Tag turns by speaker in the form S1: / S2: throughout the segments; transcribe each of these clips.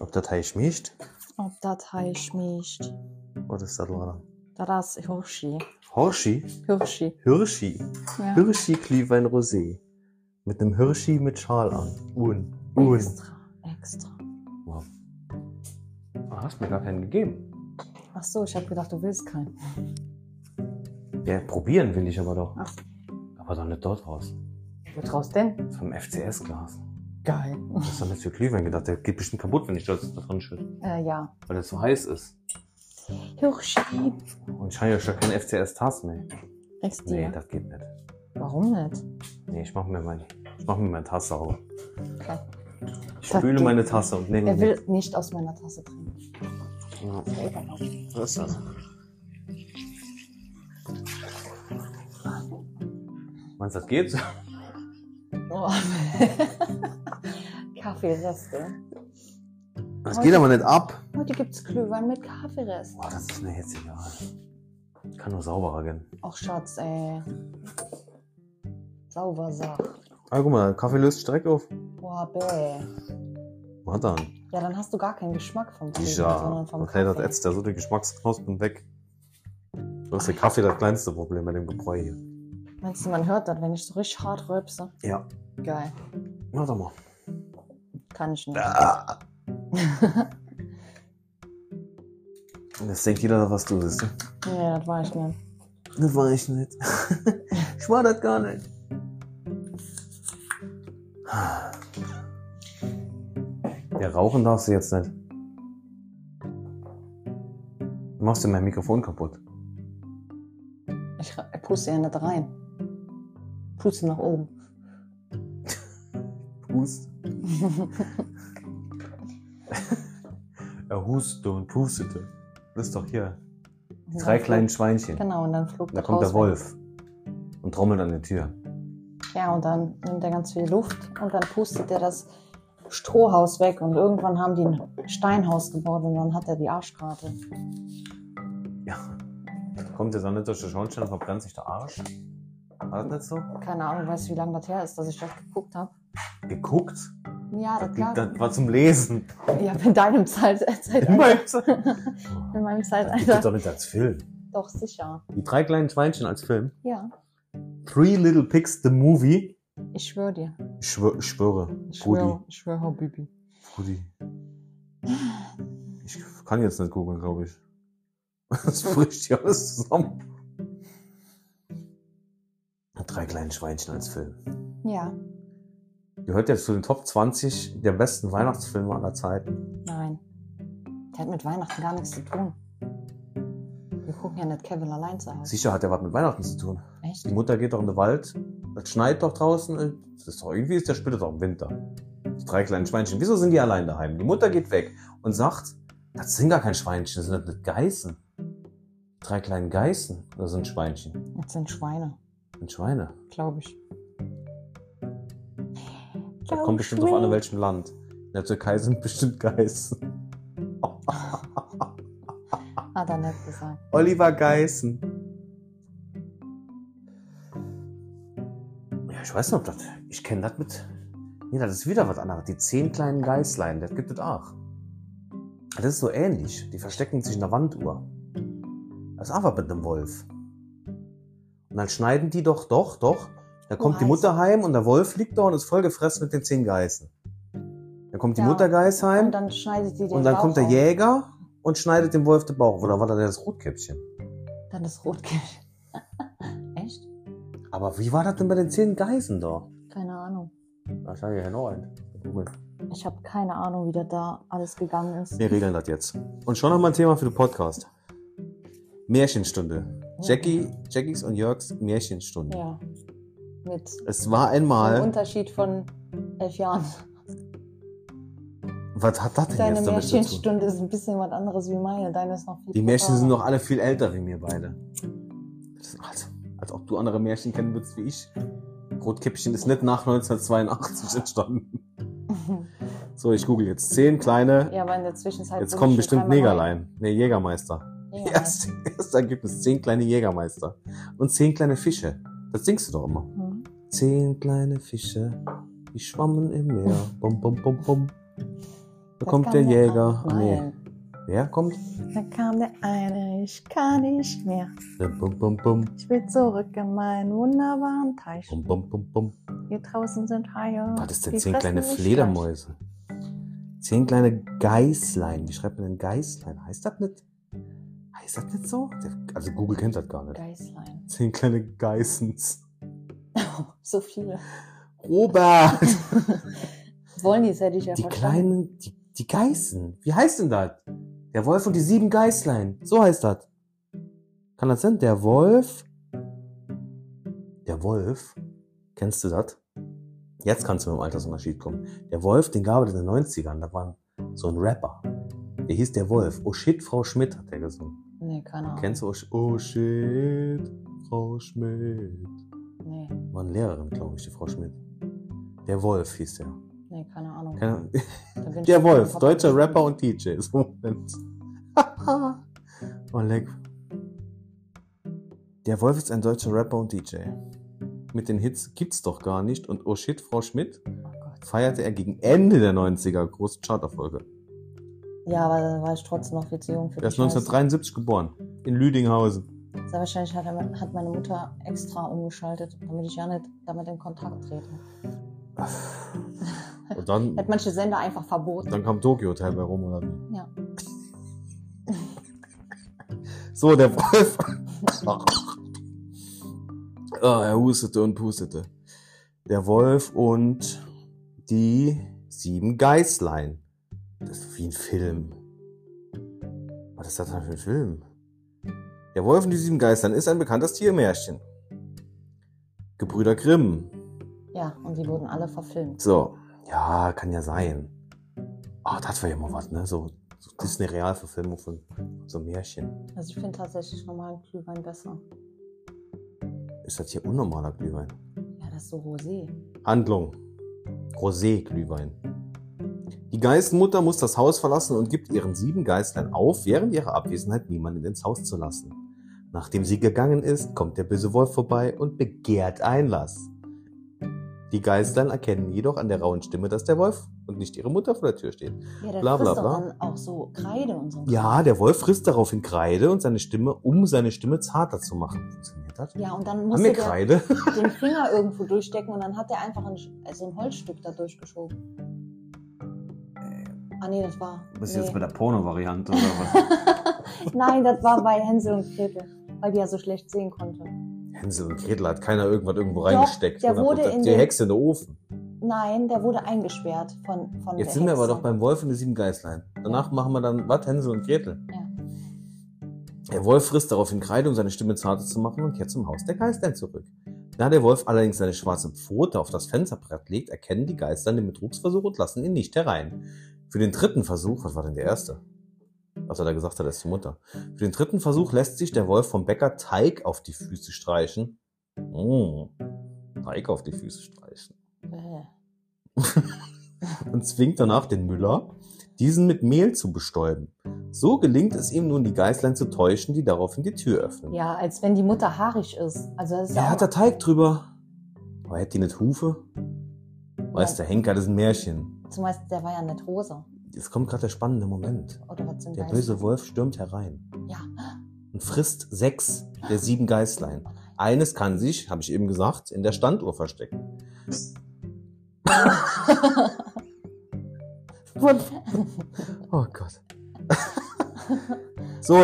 S1: ob der Teig schmiecht
S2: Ob der Teig schmiecht.
S1: oder ist das Lana?
S2: Da das Hirschi.
S1: Horschi?
S2: Hirschi.
S1: Hirschi.
S2: Ja.
S1: Hirschi Glühwein Rosé. Mit einem Hirschi mit Schal an. Un. Un.
S2: Extra. Extra.
S1: Wow. Ah, hast mir gar keinen gegeben.
S2: Ach so, ich habe gedacht, du willst keinen.
S1: Ja, probieren will ich aber doch.
S2: Ach,
S1: Aber doch nicht dort raus.
S2: wo traust denn?
S1: Vom FCS-Glas.
S2: Geil.
S1: Das ist doch nicht für Glühwein gedacht. Der geht bestimmt kaputt, wenn ich das da dran schütte.
S2: Äh, ja.
S1: Weil das so heiß ist.
S2: Hirschi.
S1: Und ich habe ja schon kein FCS-Tass mehr.
S2: Kriegst du.
S1: Nee, das geht nicht.
S2: Warum nicht?
S1: Nee, ich mach mir meine, ich mach mir meine Tasse sauber.
S2: Klar.
S1: Ich
S2: Das
S1: spüle
S2: geht.
S1: meine Tasse und nehme
S2: Er
S1: mit.
S2: will nicht aus meiner Tasse trinken.
S1: Ja.
S2: Überhaupt.
S1: Was ist das? Meinst du, das geht?
S2: Oh. Kaffeereste.
S1: Das
S2: geht
S1: aber nicht ab.
S2: Heute gibt's Glühwein mit Kaffeerest.
S1: Boah, das ist mir jetzt egal. Kann nur sauberer gehen.
S2: Ach, Schatz, ey. Sauber Sach.
S1: Ah, guck mal, Kaffee löst Streck auf.
S2: Boah, bäh.
S1: Was dann?
S2: Ja, dann hast du gar keinen Geschmack vom Tee,
S1: Ja,
S2: sondern vom
S1: okay, das ätzt ja so die Geschmacksknospen weg. Du hast der Kaffee das kleinste Problem bei dem Gebräu hier.
S2: Meinst du, man hört das, wenn ich so richtig hart rülpse?
S1: Ja.
S2: Geil.
S1: Mach doch mal.
S2: Kann ich nicht.
S1: Ah. Jetzt denkt jeder, was du bist. ne?
S2: Nee, das war ich nicht.
S1: Das war ich nicht. ich war das gar nicht. Ja, rauchen darfst du jetzt nicht. Du machst dir mein Mikrofon kaputt.
S2: Ich ra- puste ja nicht rein. Puste nach oben.
S1: Hust. er hustete und pustete. Das ist doch hier. Die drei kleinen Schweinchen.
S2: Genau, und dann flog
S1: Da
S2: das
S1: kommt der
S2: raus.
S1: Wolf und trommelt an der Tür.
S2: Ja, und dann nimmt er ganz viel Luft und dann pustet er das Strohhaus weg und irgendwann haben die ein Steinhaus gebaut und dann hat er die Arschkarte.
S1: Ja. Kommt der Sonne durch den Schornstein und verbrennt sich der Arsch? War das nicht so?
S2: Keine Ahnung, weißt du, wie lange das her ist, dass ich das geguckt habe?
S1: Geguckt?
S2: Ja, das,
S1: Das,
S2: Ah, klar.
S1: das war zum Lesen.
S2: Ja, in deinem Zeit,
S1: In
S2: Zeitalter.
S1: meinem Ze-
S2: In
S1: Oh. Das gibt
S2: meinem
S1: es
S2: Zeitalter.
S1: doch nicht als Film.
S2: Doch, sicher.
S1: Die drei kleinen Schweinchen als Film.
S2: Ja,
S1: Three Little Pigs, the movie.
S2: ich schwöre dir.
S1: Ich schwör, ich schwöre.
S2: Ich
S1: Brudi.
S2: schwöre, ich schwöre, Habibi.
S1: Brudi. Ich kann jetzt nicht googeln, glaube ich. Das bricht ja alles zusammen. Die drei kleinen Schweinchen als Film.
S2: Ja,
S1: Gehört jetzt zu den Top 20 der besten Weihnachtsfilme aller Zeiten.
S2: nein. Der hat mit Weihnachten gar nichts zu tun. Wir gucken ja nicht Kevin allein zu Hause.
S1: Sicher hat er was mit Weihnachten zu tun.
S2: Echt?
S1: Die Mutter geht doch in den Wald, es schneit doch draußen, äh, das ist doch irgendwie ist der später doch im Winter. Die drei kleinen Schweinchen, wieso sind die allein daheim? Die Mutter geht weg und sagt, das sind gar kein Schweinchen, das sind nicht Geißen. Drei kleinen Geißen, das sind Schweinchen,
S2: Das sind Schweine,
S1: das sind Schweine.
S2: glaube ich.
S1: Da kommt bestimmt auf an, welchem Land. In der Türkei sind bestimmt Geißen.
S2: Hat er nett gesagt.
S1: Oliver Geißen. Ja, ich weiß nicht, ob das. Ich kenne das mit. Nee, das ist wieder was anderes. Die zehn kleinen Geißlein, das gibt es auch. Das ist so ähnlich. Die verstecken sich in der Wanduhr. Das ist auch was mit einem Wolf. Und dann schneiden die doch, doch, doch. Da kommt die
S2: Geißen.
S1: Mutter heim und der Wolf liegt da und ist voll gefressen mit den zehn Geißen. Dann kommt die
S2: Ja.
S1: Mutter Geiß heim
S2: Und dann schneidet die den
S1: und dann
S2: Bauch
S1: kommt der
S2: auf.
S1: Jäger und schneidet dem Wolf den Bauch. Oder war das das Rotkäppchen?
S2: Dann ist rot Echt?
S1: Aber wie war das denn bei den zehn Geißen da?
S2: Keine Ahnung.
S1: Wahrscheinlich genau ein.
S2: Ich habe keine Ahnung, wie das da alles gegangen ist.
S1: Wir regeln das jetzt. Und schon nochmal ein Thema für den Podcast. Märchenstunde. Jackie, Jackies und Jörgs Märchenstunde.
S2: Ja. Mit
S1: Es war
S2: dem
S1: einmal.
S2: Unterschied von elf Jahren.
S1: Was hat das denn
S2: Deine
S1: jetzt damit zu tun?
S2: Märchenstunde ist ein bisschen was anderes wie meine. Deine ist noch viel
S1: Die Märchen sind
S2: brutaler.
S1: noch alle viel älter wie mir beide. Das ist Also, als ob du andere Märchen kennen würdest wie ich. Rotkäppchen ist nicht nach 1982 entstanden. So, ich google jetzt. Zehn kleine
S2: Ja, aber in der Zwischenzeit.
S1: Jetzt
S2: wurde
S1: kommen
S2: schon
S1: bestimmt
S2: dreimal
S1: Negerlein. Ne, Jägermeister.
S2: neu. Ja,
S1: Erst, erst Ergebnis: zehn kleine Jägermeister. Und zehn kleine Fische. Das singst du doch immer.
S2: Hm.
S1: Zehn kleine Fische, die schwammen im Meer. Bum, bum, bum, bum. Da kommt der Jäger. Ah, nee.
S2: Nein.
S1: Wer kommt?
S2: Da kam der eine, ich kann nicht mehr.
S1: Bum, bum, bum, bum.
S2: Ich will zurück in meinen wunderbaren Teich.
S1: Bum, bum, bum, bum.
S2: Hier draußen sind Haie.
S1: Um- Was ist denn
S2: Oh, die
S1: zehn
S2: fressen
S1: kleine
S2: mich
S1: Fledermäuse? Zehn kleine Geißlein. Wie schreibt man denn Geißlein? Heißt das nicht? Heißt das nicht so? Der- Also Google kennt das gar
S2: gleich.
S1: nicht.
S2: Geißlein.
S1: Zehn kleine Geißens.
S2: So viele.
S1: Robert!
S2: Wollen die es, hätte ich ja
S1: Die
S2: verstanden.
S1: kleinen, die, die Geißen. Wie heißt denn das? Der Wolf und die sieben Geißlein. So heißt das. Kann das sein? Der Wolf. Der Wolf. Kennst du das? Jetzt kannst du mit dem Altersunterschied kommen. Der Wolf, den gab es in den 90ern. Da war so ein Rapper. Der hieß der Wolf. Oh shit, Frau Schmidt hat der gesungen.
S2: Nee, keine Ahnung.
S1: Kennst du? Oh, Sh- oh shit, Frau Schmidt.
S2: Nee,
S1: War eine Lehrerin, glaube ich, die Frau Schmidt. Der Wolf hieß der.
S2: nee, keine Ahnung.
S1: Keine Ahnung.
S2: Da bin ich
S1: Der
S2: schon
S1: Wolf,
S2: verpasst.
S1: deutscher Rapper und DJ. So Moment. oh, leck. Der Wolf ist ein deutscher Rapper und DJ. Mit den Hits gibt's doch gar nicht und Oh Shit, Frau Schmidt
S2: Oh Gott.
S1: feierte er gegen Ende der 90er große Charterfolge.
S2: Ja, aber da war ich trotzdem noch viel zu jung für
S1: Er
S2: die
S1: ist
S2: Scheiße.
S1: 1973 geboren. In Lüdinghausen.
S2: Sehr wahrscheinlich hat, er, hat meine Mutter extra umgeschaltet, damit ich ja nicht damit in Kontakt trete.
S1: Und dann,
S2: Hat manche Sender einfach verboten.
S1: dann kam Tokyo Hotel bei rum oder wie?
S2: Ja.
S1: So, der Wolf. Ah, er hustete und pustete. Der Wolf und die sieben Geißlein. Das ist wie ein Film. Was ist das denn für ein Film? Der Wolf und die sieben Geißlein ist ein bekanntes Tiermärchen. Gebrüder Grimm.
S2: Ja, und die wurden alle verfilmt.
S1: So. Ja, kann ja sein. Ah, das war ja mal was, ne? So, so Disney-Realverfilmung von so Märchen.
S2: Also ich finde tatsächlich normalen Glühwein besser.
S1: Ist das hier unnormaler Glühwein?
S2: Ja, das ist so rosé.
S1: Handlung. Rosé-Glühwein. Die Geistmutter muss das Haus verlassen und gibt ihren sieben Geistern auf, während ihrer Abwesenheit niemanden ins Haus zu lassen. Nachdem sie gegangen ist, kommt der böse Wolf vorbei und begehrt Einlass. Die Geistern erkennen jedoch an der rauen Stimme, dass der Wolf und nicht ihre Mutter vor der Tür steht.
S2: Ja, der
S1: Bla, bla,
S2: frisst doch
S1: bla.
S2: dann auch so Kreide und so.
S1: Ja, der Wolf frisst daraufhin Kreide und seine Stimme, um seine Stimme zarter zu machen. Funktioniert das?
S2: Ja, und dann
S1: Haben
S2: musste
S1: wir
S2: der
S1: Kreide?
S2: den Finger irgendwo durchstecken und dann hat er einfach ein, Sch- also ein Holzstück da durchgeschoben.
S1: Äh.
S2: Ah nee, das war. nee.
S1: der Porno-Variante oder was?
S2: Nein, das war bei Hänsel und Gretel, weil die ja so schlecht sehen konnte.
S1: Hänsel und Gretel hat keiner irgendwas irgendwo
S2: Doch,
S1: reingesteckt.
S2: der
S1: Und dann
S2: wurde
S1: unter-
S2: in
S1: die
S2: den-
S1: Hexe in den Ofen.
S2: Nein, der wurde eingesperrt von, von
S1: Jetzt
S2: der
S1: sind wir aber
S2: Hexe.
S1: doch beim Wolf und den sieben Geißlein. Danach machen wir dann, was, Hänsel und Gretel?
S2: Ja.
S1: Der Wolf frisst daraufhin Kreide, um seine Stimme zarter zu machen und kehrt zum Haus der Geißlein zurück. Da der Wolf allerdings seine schwarze Pfote auf das Fensterbrett legt, erkennen die Geißlein den Betrugsversuch und lassen ihn nicht herein. Für den dritten Versuch, was war denn der erste? Was er da gesagt hat, er ist die Mutter. Für den dritten Versuch lässt sich der Wolf vom Bäcker Teig auf die Füße streichen. Mmh. Teig auf die Füße streichen
S2: Äh,
S1: und zwingt danach den Müller, diesen mit Mehl zu bestäuben. So gelingt es ihm nun, die Geißlein zu täuschen, die daraufhin die Tür öffnen.
S2: Ja, als wenn die Mutter haarig ist. Also das ist
S1: Ja,
S2: ja
S1: hat
S2: auch,
S1: er Teig drüber. Aber hätte die nicht Hufe? Weiß der Henker, das ist ein Märchen.
S2: zumeist der war ja nicht rosa.
S1: Jetzt kommt gerade der spannende Moment.
S2: Oder was sind
S1: Der
S2: weiß-
S1: böse Wolf stürmt herein
S2: Ja.
S1: und frisst sechs der sieben Geißlein.
S2: Oh nein.
S1: Eines kann sich, habe ich eben gesagt, in der Standuhr verstecken. Oh Gott. so,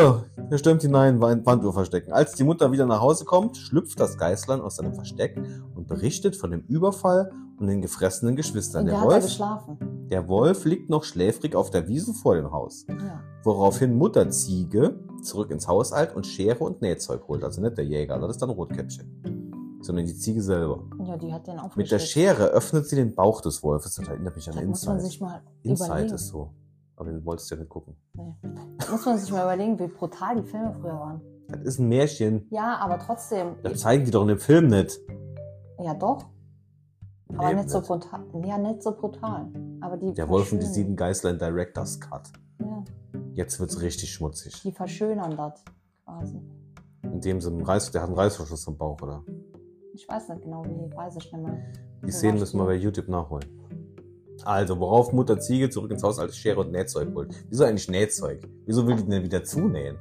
S1: er stürmt hinein, war in Wanduhr verstecken. Als die Mutter wieder nach Hause kommt, schlüpft das Geißlein aus seinem Versteck und berichtet von dem Überfall und den gefressenen Geschwistern.
S2: Und
S1: Der
S2: der hat da
S1: Wolf,
S2: geschlafen.
S1: der Wolf liegt noch schläfrig auf der Wiese vor dem Haus
S2: Ja.
S1: woraufhin Mutter Ziege zurück ins Haus eilt und Schere und Nähzeug holt. Also nicht der Jäger, das ist dann Rotkäppchen, sondern die Ziege selber.
S2: ja, die hat den aufgeschnitten.
S1: Mit der Schere öffnet sie den Bauch des Wolfes. Das erinnert mich an
S2: Das muss man
S1: Inside.
S2: sich mal
S1: Inside
S2: überlegen.
S1: ist so. Aber den wolltest du ja nicht gucken.
S2: Muss man sich mal überlegen, wie brutal die Filme früher waren.
S1: Das ist ein Märchen.
S2: Ja, aber trotzdem.
S1: Das zeigen die doch in dem Film nicht.
S2: Ja, doch.
S1: Im
S2: Aber
S1: Leben
S2: nicht so brutal. Ja, nicht so brutal. Aber die
S1: Der Wolf und die sieben
S2: verschönern-
S1: Geißlein Directors Cut.
S2: Ja,
S1: Jetzt wird's richtig schmutzig.
S2: die verschönern das quasi.
S1: Indem sie einen Reiß, der hat einen Reißverschluss am Bauch, oder?
S2: Ich weiß nicht genau, wie, weiß ich nicht mehr.
S1: Die Szenen müssen wir bei YouTube nachholen. Also, worauf Mutter Ziege zurück ins Haus als Schere und Nähzeug holt. Wieso eigentlich Nähzeug? Wieso will die denn wieder zunähen?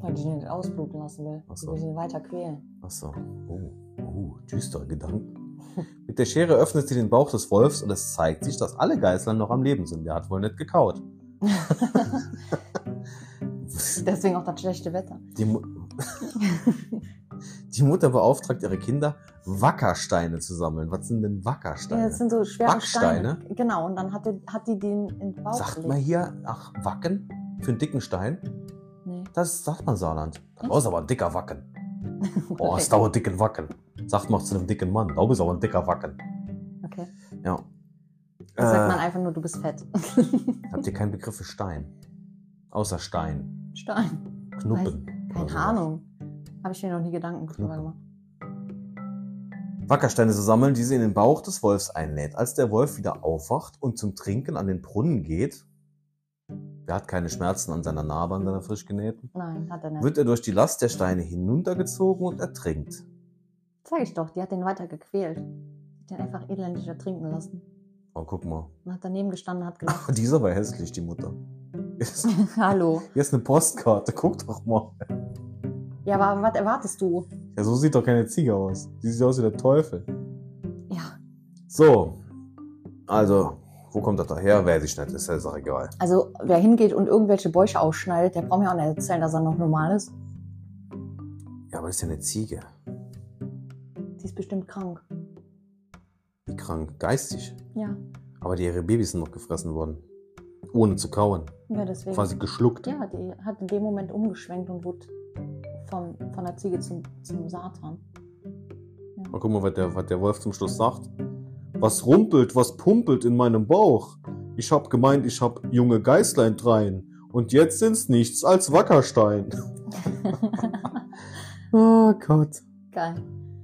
S2: Weil die nicht ausbluten lassen will.
S1: Ach
S2: Die
S1: so.
S2: will sie weiter quälen.
S1: Achso. Oh, oh, düstere Gedanken. Mit der Schere öffnet sie den Bauch des Wolfs und es zeigt sich, dass alle Geißlein noch am Leben sind. Der hat wohl nicht gekaut.
S2: Deswegen auch das schlechte Wetter.
S1: Die, Mu die Mutter beauftragt ihre Kinder, Wackersteine zu sammeln. Was sind denn
S2: Ja,
S1: Wackersteine?
S2: das sind so schwere
S1: Backsteine?
S2: Steine. Genau, und dann hat, die- hat die den in den Bauch
S1: sagt man
S2: gelegt.
S1: hier, ach, Wacken? Für einen dicken Stein?
S2: Nee.
S1: Das sagt man Saarland. Da
S2: Hm?
S1: brauchst du aber ein dicker Wacken. Oh, ist aber ein dicken Wacken. Sagt man auch zu einem dicken Mann. Da bist du aber ein dicker Wacken.
S2: Okay.
S1: Ja.
S2: Dann sagt man
S1: Äh,
S2: einfach nur, du bist fett.
S1: habt ihr keinen Begriff für Stein? Außer Stein.
S2: Stein.
S1: Knuppen. oder
S2: Keine
S1: sowas.
S2: Ahnung. Habe ich mir noch nie Gedanken drüber
S1: Knuppe.
S2: gemacht.
S1: Wackersteine zu sammeln, die sie in den Bauch des Wolfs einlädt. Als der Wolf wieder aufwacht und zum Trinken an den Brunnen geht, er hat keine Schmerzen an seiner Narbe, an seiner frisch genähten,
S2: Nein, hat er nicht.
S1: wird er durch die Last der Steine hinuntergezogen und ertrinkt.
S2: Sag ich doch, die hat den weiter gequält. Hat den einfach elendig ertrinken lassen.
S1: Oh, guck mal.
S2: Und hat daneben gestanden und hat gelacht.
S1: Die ist aber hässlich, die Mutter. Hier ist,
S2: Hallo.
S1: hier ist eine Postkarte, guck doch mal.
S2: Ja, aber was erwartest du?
S1: Ja, so sieht doch keine Ziege aus. Die sieht aus wie der Teufel.
S2: Ja.
S1: So, also, wo kommt das daher? Weiß ich nicht, ist ja auch egal.
S2: Also, wer hingeht und irgendwelche Bäuche ausschneidet, der braucht mir auch nicht erzählen, dass er noch normal ist.
S1: Ja, aber das ist ja eine Ziege.
S2: Die ist bestimmt krank.
S1: Wie krank, geistig.
S2: Ja.
S1: Aber die, ihre Babys sind noch gefressen worden. Ohne zu kauen.
S2: Ja, deswegen.
S1: Ähm, Quasi geschluckt.
S2: Ja, die hat in dem Moment umgeschwenkt und wurde vom, von der Ziege zum, zum Satan.
S1: Mal gucken, was der, was der Wolf zum Schluss sagt. Was rumpelt, was pumpelt in meinem Bauch? Ich hab gemeint, ich hab junge Geißlein drein. Und jetzt sind's nichts als Wackerstein. oh Gott.
S2: Geil.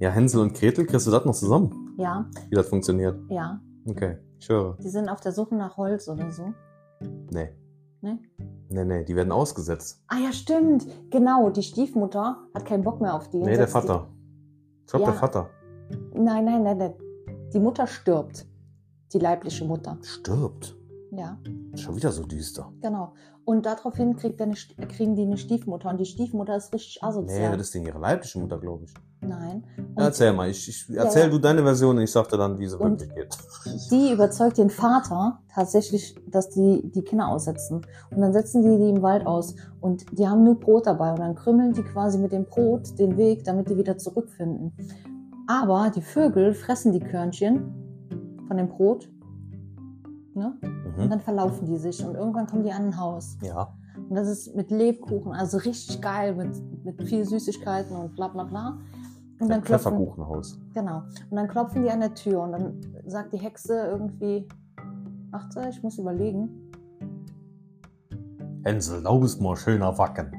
S1: Ja, Hänsel und Gretel, kriegst du das noch zusammen?
S2: Ja,
S1: Wie das funktioniert?
S2: ja.
S1: Okay, ich höre.
S2: Die sind auf der Suche nach Holz oder so.
S1: Nee.
S2: Nee?
S1: Nee, nee, die werden ausgesetzt.
S2: Ah ja, stimmt. Genau, die Stiefmutter hat keinen Bock mehr auf die.
S1: nee, der
S2: Setzt die-
S1: Vater. Ich glaub,
S2: Ja.
S1: der Vater
S2: Nein, nein, nein, nein. Die Mutter stirbt. Die leibliche Mutter.
S1: stirbt.
S2: Ja,
S1: Schon wieder so düster.
S2: genau. Und daraufhin kriegt er eine, St- kriegen die eine Stiefmutter. Und die Stiefmutter ist richtig
S1: Nee,
S2: asozial.
S1: das ist denn ihre leibliche Mutter, glaube ich.
S2: Nein.
S1: Ja,
S2: Und
S1: erzähl mal, ich, ich,
S2: Ja,
S1: erzähl
S2: ja.
S1: du deine Version und ich sag dir dann, wie sie
S2: Und-
S1: wirklich geht.
S2: die überzeugt den Vater tatsächlich, dass die die Kinder aussetzen. Und dann setzen die die im Wald aus. Und die haben nur Brot dabei. Und dann krümmeln die quasi mit dem Brot den Weg, damit die wieder zurückfinden. Aber die Vögel fressen die Körnchen von dem Brot. Ne? Und
S1: Mhm.
S2: dann verlaufen die sich. Und irgendwann kommen die an ein Haus.
S1: Ja.
S2: Und das ist mit Lebkuchen, also richtig geil, mit, mit viel Süßigkeiten und bla bla bla. Und
S1: Der
S2: dann klopfen,
S1: Pfefferkuchenhaus.
S2: genau. Und dann klopfen die an der Tür und dann sagt die Hexe irgendwie, warte, ich muss überlegen.
S1: Hänsel, da bist mal schöner Wacken.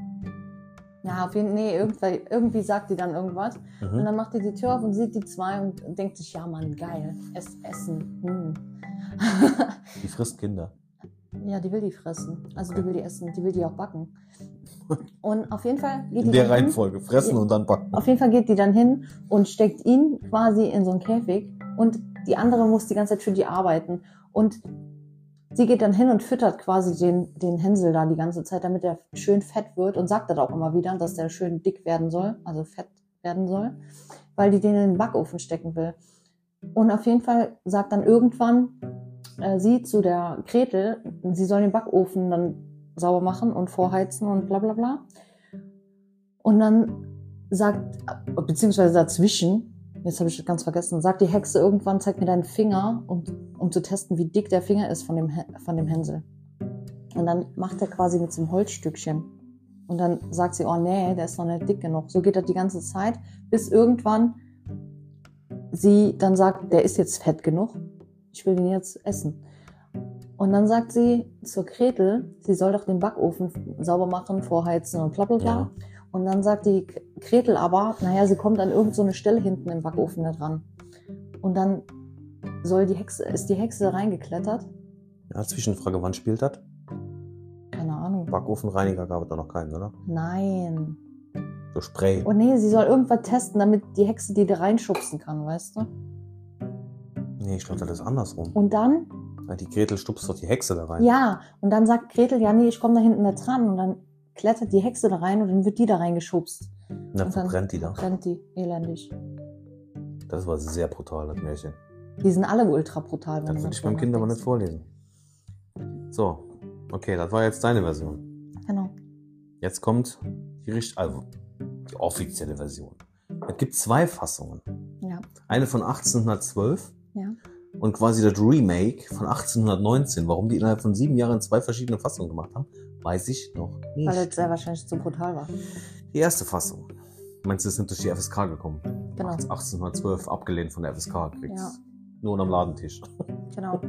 S2: Ja, auf jeden, nee, irgendwie, irgendwie sagt die dann irgendwas.
S1: Mhm. Hm?
S2: Und dann macht die die Tür auf und sieht die zwei und denkt sich, ja Mann, geil, es, Essen. Hm.
S1: Die frisst Kinder.
S2: ja, die will die fressen. Also
S1: Okay.
S2: die will die essen, die will die auch backen. Und auf jeden Fall
S1: In
S2: geht die
S1: der
S2: dann hin.
S1: Reihenfolge. Fressen
S2: Ja.
S1: und dann backen.
S2: Auf jeden Fall geht die dann hin und steckt ihn quasi in so einen Käfig und die andere muss die ganze Zeit für die arbeiten. Und sie geht dann hin und füttert quasi den, den Hänsel da die ganze Zeit, damit er schön fett wird und sagt das auch immer wieder, dass der schön dick werden soll, also fett werden soll, weil die den in den Backofen stecken will. Und auf jeden Fall sagt dann irgendwann äh, sie zu der Gretel, sie soll den Backofen dann sauber machen und vorheizen und bla bla bla. Und dann sagt, beziehungsweise dazwischen, jetzt habe ich das ganz vergessen, sagt die Hexe irgendwann, zeig mir deinen Finger, um, um zu testen, wie dick der Finger ist von dem, Hä- von dem Hänsel. Und dann macht er quasi mit so einem Holzstückchen. Und dann sagt sie, oh nee, der ist noch nicht dick genug. So geht das die ganze Zeit, bis irgendwann sie dann sagt, der ist jetzt fett genug. Ich will ihn jetzt essen. Und dann sagt sie zur Gretel, sie soll doch den Backofen sauber machen, vorheizen und bla bla bla.
S1: Ja.
S2: Und dann sagt die K- Gretel aber, naja, sie kommt an irgendeine so eine Stelle hinten im Backofen da dran. Und dann soll die Hexe, ist die Hexe da reingeklettert.
S1: Ja, Zwischenfrage, wann spielt das?
S2: Keine Ahnung.
S1: Backofenreiniger gab es da noch keinen, oder?
S2: Nein.
S1: So Spray.
S2: Und Oh nee, sie soll irgendwas testen, damit die Hexe die da reinschubsen kann, weißt du?
S1: nee, ich glaube, das ist andersrum.
S2: Und dann
S1: Weil die Gretel stupst doch die Hexe da rein.
S2: Ja, und dann sagt Gretel, ja, nee, ich komme da hinten nicht dran. Und dann klettert die Hexe da rein und dann wird die da reingeschubst.
S1: Und dann
S2: und dann-
S1: verbrennt die da.
S2: Brennt die elendig.
S1: Das war sehr brutal, das Märchen.
S2: Die sind alle ultra brutal.
S1: Das
S2: du
S1: würde ich
S2: darüber
S1: meinem Kind aber nicht
S2: nachdenkst.
S1: vorlesen. So, okay, das war jetzt deine Version.
S2: Genau.
S1: Jetzt kommt die Richt also die offizielle Version. Es gibt zwei Fassungen.
S2: Ja.
S1: Eine von 1812
S2: Ja.
S1: und quasi das Remake von 1819. Warum die innerhalb von sieben Jahren zwei verschiedene Fassungen gemacht haben, weiß ich noch nicht.
S2: Weil das sehr wahrscheinlich zu brutal war.
S1: Die erste Fassung. Meinst du, es sind durch die FSK gekommen?
S2: Genau.
S1: 1812 abgelehnt von der FSK. Kriegst
S2: Ja.
S1: nur unterm Ladentisch.
S2: Genau.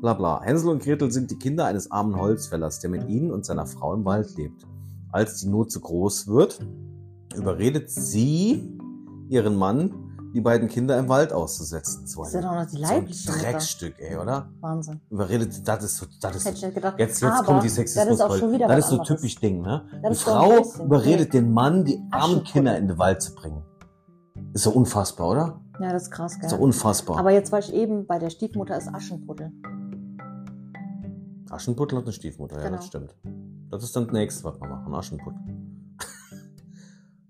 S1: Bla bla. Hänsel und Gretel sind die Kinder eines armen Holzfällers, der mit ihnen und seiner Frau im Wald lebt. Als die Not zu groß wird, überredet sie ihren Mann, die beiden Kinder im Wald auszusetzen. So
S2: Das ist ja
S1: ein,
S2: doch noch die
S1: so ein
S2: leibliche Mutter.
S1: Dreckstück, ey, oder?
S2: Wahnsinn.
S1: Überredet, das ist so, das ist
S2: Hätte ich
S1: so.
S2: nicht gedacht.
S1: Jetzt, jetzt
S2: Aber
S1: kommt die
S2: Das ist auch schon
S1: Sexismuskeule.
S2: wieder
S1: Das
S2: was
S1: ist so
S2: anderes.
S1: typisch Ding, ne?
S2: Das
S1: Die
S2: ist doch ein
S1: Frau
S2: bisschen-
S1: überredet
S2: nee.
S1: den Mann, die armen
S2: Aschenputtel.
S1: Kinder in den Wald zu bringen. Ist so unfassbar, oder?
S2: Ja, das ist krass, gell?
S1: Ist so unfassbar.
S2: Aber jetzt war ich eben bei der Stiefmutter ist Aschenputtel.
S1: Aschenputtel hat eine Stiefmutter, ja,
S2: Genau.
S1: das stimmt. Das ist dann das nächste, was wir machen, Aschenputtel.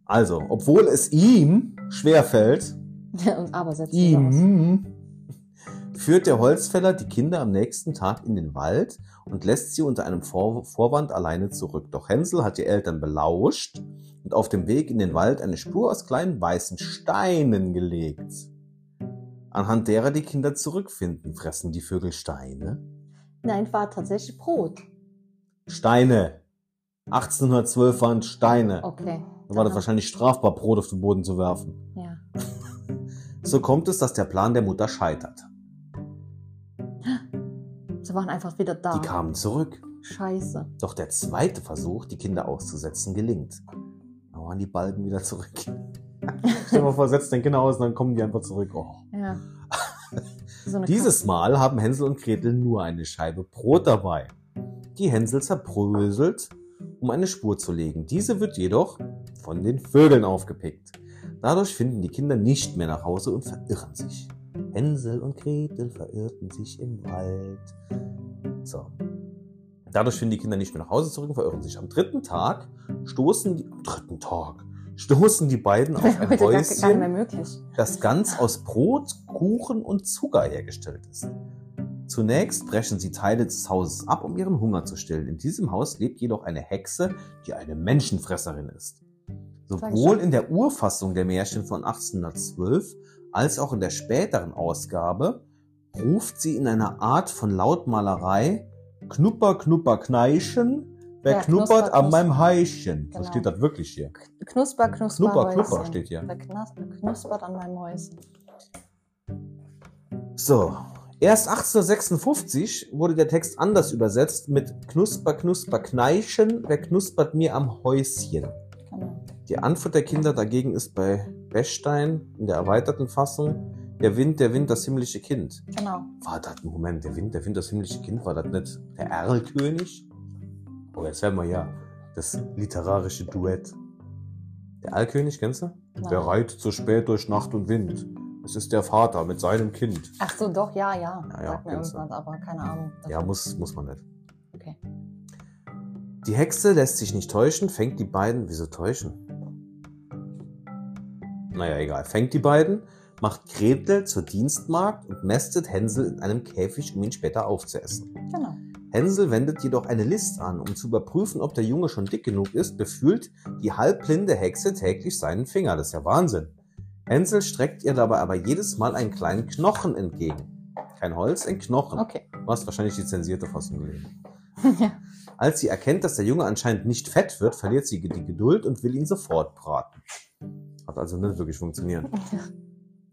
S1: Also, obwohl es ihm schwerfällt,
S2: Ja, und aber setzt sie aus.
S1: ihm, führt der Holzfäller die Kinder am nächsten Tag in den Wald und lässt sie unter einem Vor Vorwand alleine zurück. Doch Hänsel hat die Eltern belauscht und auf dem Weg in den Wald eine Spur aus kleinen weißen Steinen gelegt. Anhand derer die Kinder zurückfinden, fressen die Vögel Steine.
S2: Nein, war tatsächlich Brot.
S1: Steine. 1812 waren Steine.
S2: Okay.
S1: Da war das wahrscheinlich strafbar, Brot auf den Boden zu werfen.
S2: Ja.
S1: So kommt es, dass der Plan der Mutter scheitert.
S2: Sie waren einfach wieder da.
S1: Die kamen zurück.
S2: Scheiße.
S1: Doch der zweite Versuch, die Kinder auszusetzen, gelingt. Da waren die Balken wieder zurück. Stell dir mal vor, setzt dein Kind aus und dann kommen die einfach zurück. Oh.
S2: Ja. So eine
S1: Dieses Mal haben Hänsel und Gretel nur eine Scheibe Brot dabei, die Hänsel zerbröselt, um eine Spur zu legen. Diese wird jedoch von den Vögeln aufgepickt. Dadurch finden die Kinder nicht mehr nach Hause und verirren sich. Hänsel und Gretel verirrten sich im Wald. So. Dadurch finden die Kinder nicht mehr nach Hause zurück und verirren sich. Am dritten Tag stoßen die, am dritten Tag stoßen die beiden auf
S2: Wäre
S1: ein
S2: heute gar, gar nicht
S1: Häuschen
S2: mehr möglich.
S1: das ganz aus Brot, Kuchen und Zucker hergestellt ist. Zunächst brechen sie Teile des Hauses ab, um ihren Hunger zu stillen. In diesem Haus lebt jedoch eine Hexe, die eine Menschenfresserin ist. Sowohl in der Urfassung der Märchen von 1812 als auch in der späteren Ausgabe ruft sie in einer Art von Lautmalerei Knupper, Knupper, Kneischen, wer
S2: Ja,
S1: knuppert,
S2: knusper,
S1: an
S2: knusper.
S1: meinem Heischen. So
S2: Genau.
S1: steht das wirklich hier.
S2: Kn- Knusper, knusper,
S1: Knupper,
S2: Häuschen.
S1: Knupper steht hier.
S2: Da knas- knuspert an meinem Häuschen.
S1: So. Erst 1856 wurde der Text anders übersetzt mit Knusper, Knusper, Kneischen, wer knuspert mir am Häuschen?
S2: Genau.
S1: Die Antwort der Kinder dagegen ist bei Bechstein in der erweiterten Fassung der Wind, der Wind, das himmlische Kind.
S2: genau.
S1: War das, Moment, der Wind, der Wind, das himmlische Kind, war das nicht der Erlkönig? Oh, jetzt werden wir ja das literarische Duett. Der Erlkönig, kennst du?
S2: Nein.
S1: Der reitet zu spät durch Nacht und Wind. Es ist der Vater mit seinem Kind.
S2: Ach so, doch, ja, ja.
S1: Ja, ja,
S2: Sagt mir
S1: kennst du.
S2: irgendwas, aber keine Ahnung.
S1: Ja, muss, muss man nicht.
S2: Okay.
S1: Die Hexe lässt sich nicht täuschen, fängt die beiden. Wieso täuschen? Naja, egal. Fängt die beiden, macht Gretel zur Dienstmagd und mästet Hänsel in einem Käfig, um ihn später aufzuessen.
S2: Genau.
S1: Hänsel wendet jedoch eine List an, um zu überprüfen, ob der Junge schon dick genug ist, befühlt die halbblinde Hexe täglich seinen Finger. Das ist ja Wahnsinn. Hänsel streckt ihr dabei aber jedes Mal einen kleinen Knochen entgegen. Kein Holz, ein Knochen.
S2: Okay.
S1: Du hast wahrscheinlich die zensierte Fassung gelesen.
S2: ja.
S1: Als sie erkennt, dass der Junge anscheinend nicht fett wird, verliert sie die Geduld und will ihn sofort braten. Hat also nicht wirklich funktioniert.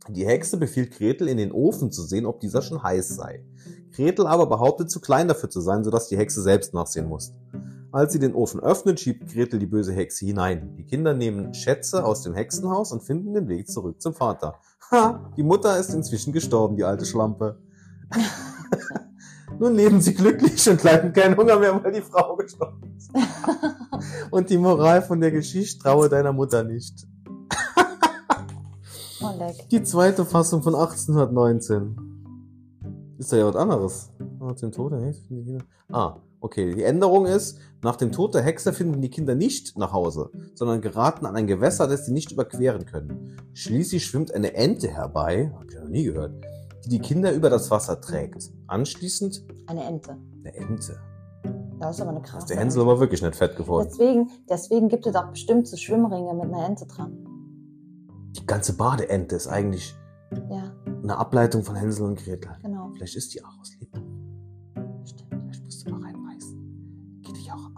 S1: Die Hexe befiehlt Gretel, in den Ofen zu sehen, ob dieser schon heiß sei. Gretel aber behauptet, zu klein dafür zu sein, sodass die Hexe selbst nachsehen muss. Als sie den Ofen öffnet, schiebt Gretel die böse Hexe hinein. Die Kinder nehmen Schätze aus dem Hexenhaus und finden den Weg zurück zum Vater. Ha, die Mutter ist inzwischen gestorben, die alte Schlampe. Nun leben sie glücklich und leiden keinen Hunger mehr, weil die Frau gestorben ist. und die Moral von der Geschichte, traue deiner Mutter nicht.
S2: Oh, leck.
S1: Die zweite Fassung von 1819. Ist da ja was anderes. Nach dem Tod der Hexe finden die Kinder. Ah, okay. Die Änderung ist, nach dem Tod der Hexe finden die Kinder nicht nach Hause, sondern geraten an ein Gewässer, das sie nicht überqueren können. Schließlich schwimmt eine Ente herbei, hab ich noch nie gehört, die die Kinder über das Wasser trägt. Anschließend
S2: Eine Ente.
S1: eine Ente.
S2: Das ist aber eine
S1: Da
S2: krasse
S1: ist der Hänsel aber wirklich nicht fett
S2: Ente.
S1: geworden.
S2: Deswegen, deswegen gibt es auch bestimmt so Schwimmringe mit einer Ente dran.
S1: Die ganze Badeente ist eigentlich
S2: Ja,
S1: eine Ableitung von Hänsel und Gretel.
S2: genau.
S1: Vielleicht ist die auch aus Leben.
S2: Stimmt.
S1: Vielleicht musst du mal reinbeißen. Geht dich auch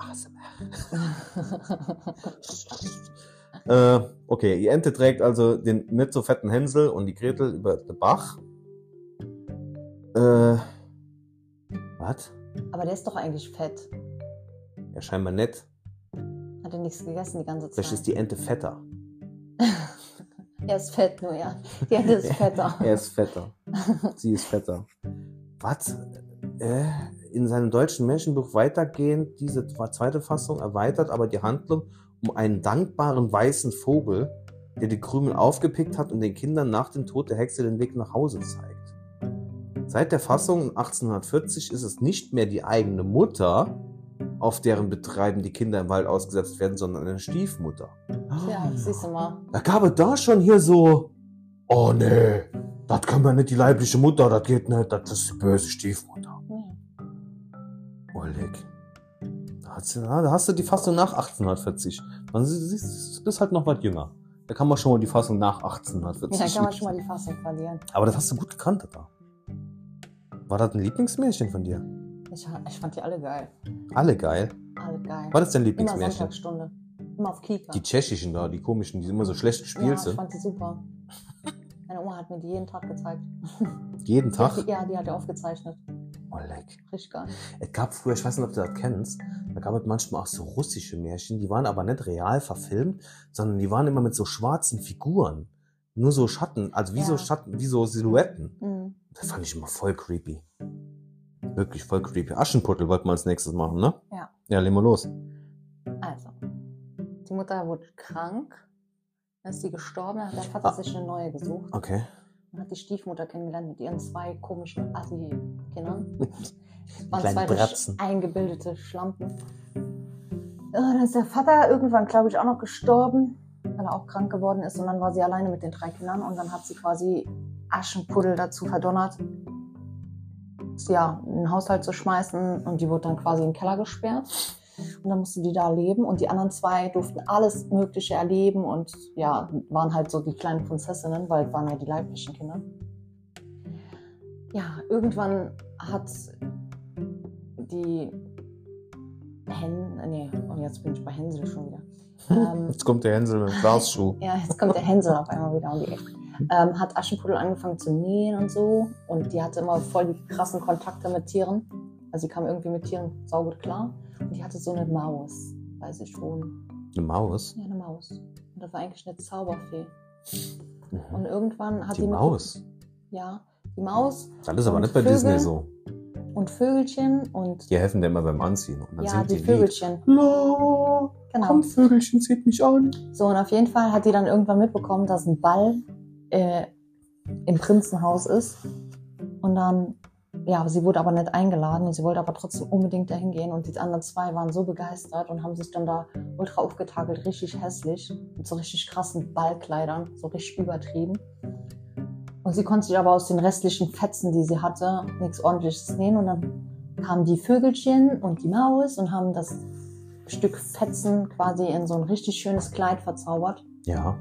S1: ASMR. Äh, okay, die Ente trägt also den nicht so fetten Hänsel und die Gretel über den Bach. Äh, was?
S2: aber der ist doch eigentlich fett.
S1: Ja, scheinbar nett.
S2: Hat er nichts gegessen die ganze Zeit.
S1: Vielleicht ist die Ente fetter.
S2: er ist fett nur, ja. Die Ente ist fetter.
S1: Er ist fetter. Sie ist fetter. Was? Äh, in seinem deutschen Menschenbuch weitergehend diese zweite Fassung erweitert aber die Handlung um einen dankbaren weißen Vogel, der die Krümel aufgepickt hat und den Kindern nach dem Tod der Hexe den Weg nach Hause zeigt. Seit der Fassung 1840 ist es nicht mehr die eigene Mutter, auf deren Betreiben die Kinder im Wald ausgesetzt werden, sondern eine Stiefmutter.
S2: Ja, siehst du mal.
S1: Da gab es da schon hier so, oh nee, das kann man nicht, die leibliche Mutter, das geht nicht, das ist die böse Stiefmutter.
S2: Ja.
S1: Oh, leck. Da hast, du, da hast du die Fassung nach 1840. Man sie- sie- sie- bist halt noch was jünger. Da kann man schon mal die Fassung nach
S2: Ja,
S1: 1840.
S2: da kann man schon mal die Fassung verlieren.
S1: Aber das hast du gut gekannt, da. War das ein Lieblingsmärchen von dir?
S2: Ich, ich fand die alle geil.
S1: Alle geil.
S2: Alle geil.
S1: War das dein
S2: Immer
S1: Lieblingsmärchen?
S2: Sonntagsstunde. Immer auf Kika.
S1: Die tschechischen da, die komischen, die immer so schlecht
S2: ja,
S1: gespielt
S2: ich
S1: sind.
S2: fand die super. Meine Oma hat mir die jeden Tag gezeigt.
S1: Jeden
S2: Die hat
S1: Tag.
S2: die- Ja, die hat er aufgezeichnet.
S1: Oh, leck.
S2: Richtig geil.
S1: Es gab früher, ich weiß nicht, ob du das kennst, da gab es manchmal auch so russische Märchen, die waren aber nicht real verfilmt, sondern die waren immer mit so schwarzen Figuren. Nur so Schatten, also wie
S2: Ja.
S1: so Schatten, wie so Silhouetten.
S2: Mhm.
S1: Das fand ich immer voll creepy. Wirklich voll creepy. Aschenputtel wollten wir als nächstes machen, ne?
S2: Ja.
S1: Ja, legen wir los.
S2: Also, die Mutter wurde krank. Dann ist sie gestorben. Dann hat der Vater
S1: Ah.
S2: sich eine neue gesucht.
S1: Okay.
S2: Und hat die Stiefmutter kennengelernt mit ihren zwei komischen Assi-Kindern. Das waren
S1: Kleinen
S2: zwei
S1: Bratzen.
S2: richtig eingebildete Schlampen. Ja, Dann ist der Vater irgendwann, glaube ich, auch noch gestorben, weil er auch krank geworden ist. Und dann war sie alleine mit den drei Kindern. Und dann hat sie quasi Aschenpuddel dazu verdonnert, ja, einen Haushalt zu schmeißen. Und die wurde dann quasi in den Keller gesperrt. Und dann musste die da leben. Und die anderen zwei durften alles Mögliche erleben. Und ja, waren halt so die kleinen Prinzessinnen, weil waren ja die leiblichen Kinder. Ja, irgendwann hat die Hen, nee, und jetzt bin ich bei Hänsel schon wieder. Ähm,
S1: Jetzt kommt der Hänsel mit dem Glasschuh.
S2: ja, jetzt kommt der Hänsel auf einmal wieder um die Ecke. Ähm, hat Aschenputtel angefangen zu nähen und so. Und die hatte immer voll die krassen Kontakte mit Tieren. Also sie kam irgendwie mit Tieren saugut klar. Und die hatte so eine Maus, weiß ich schon.
S1: Eine Maus.
S2: Ja, eine Maus. Und das war eigentlich eine Zauberfee. Und
S1: Mhm.
S2: irgendwann hat die,
S1: Die Maus.
S2: Ja, die Maus
S1: Das ist aber
S2: Und
S1: nicht bei
S2: Vögel.
S1: Disney so.
S2: und Vögelchen und
S1: Die helfen dir immer beim Anziehen. Und dann
S2: ja,
S1: singt
S2: die
S1: die ein Lied.
S2: Vögelchen.
S1: La,
S2: Genau.
S1: komm Vögelchen, zieht mich an.
S2: So, und auf jeden Fall hat die dann irgendwann mitbekommen, dass ein Ball äh, im Prinzenhaus ist. Und dann, ja, sie wurde aber nicht eingeladen und sie wollte aber trotzdem unbedingt dahin gehen. Und die anderen zwei waren so begeistert und haben sich dann da ultra aufgetakelt, richtig hässlich, mit so richtig krassen Ballkleidern, so richtig übertrieben. Und sie konnte sich aber aus den restlichen Fetzen, die sie hatte, nichts ordentliches nähen. Und dann kamen die Vögelchen und die Maus und haben das Stück Fetzen quasi in so ein richtig schönes Kleid verzaubert.
S1: Ja,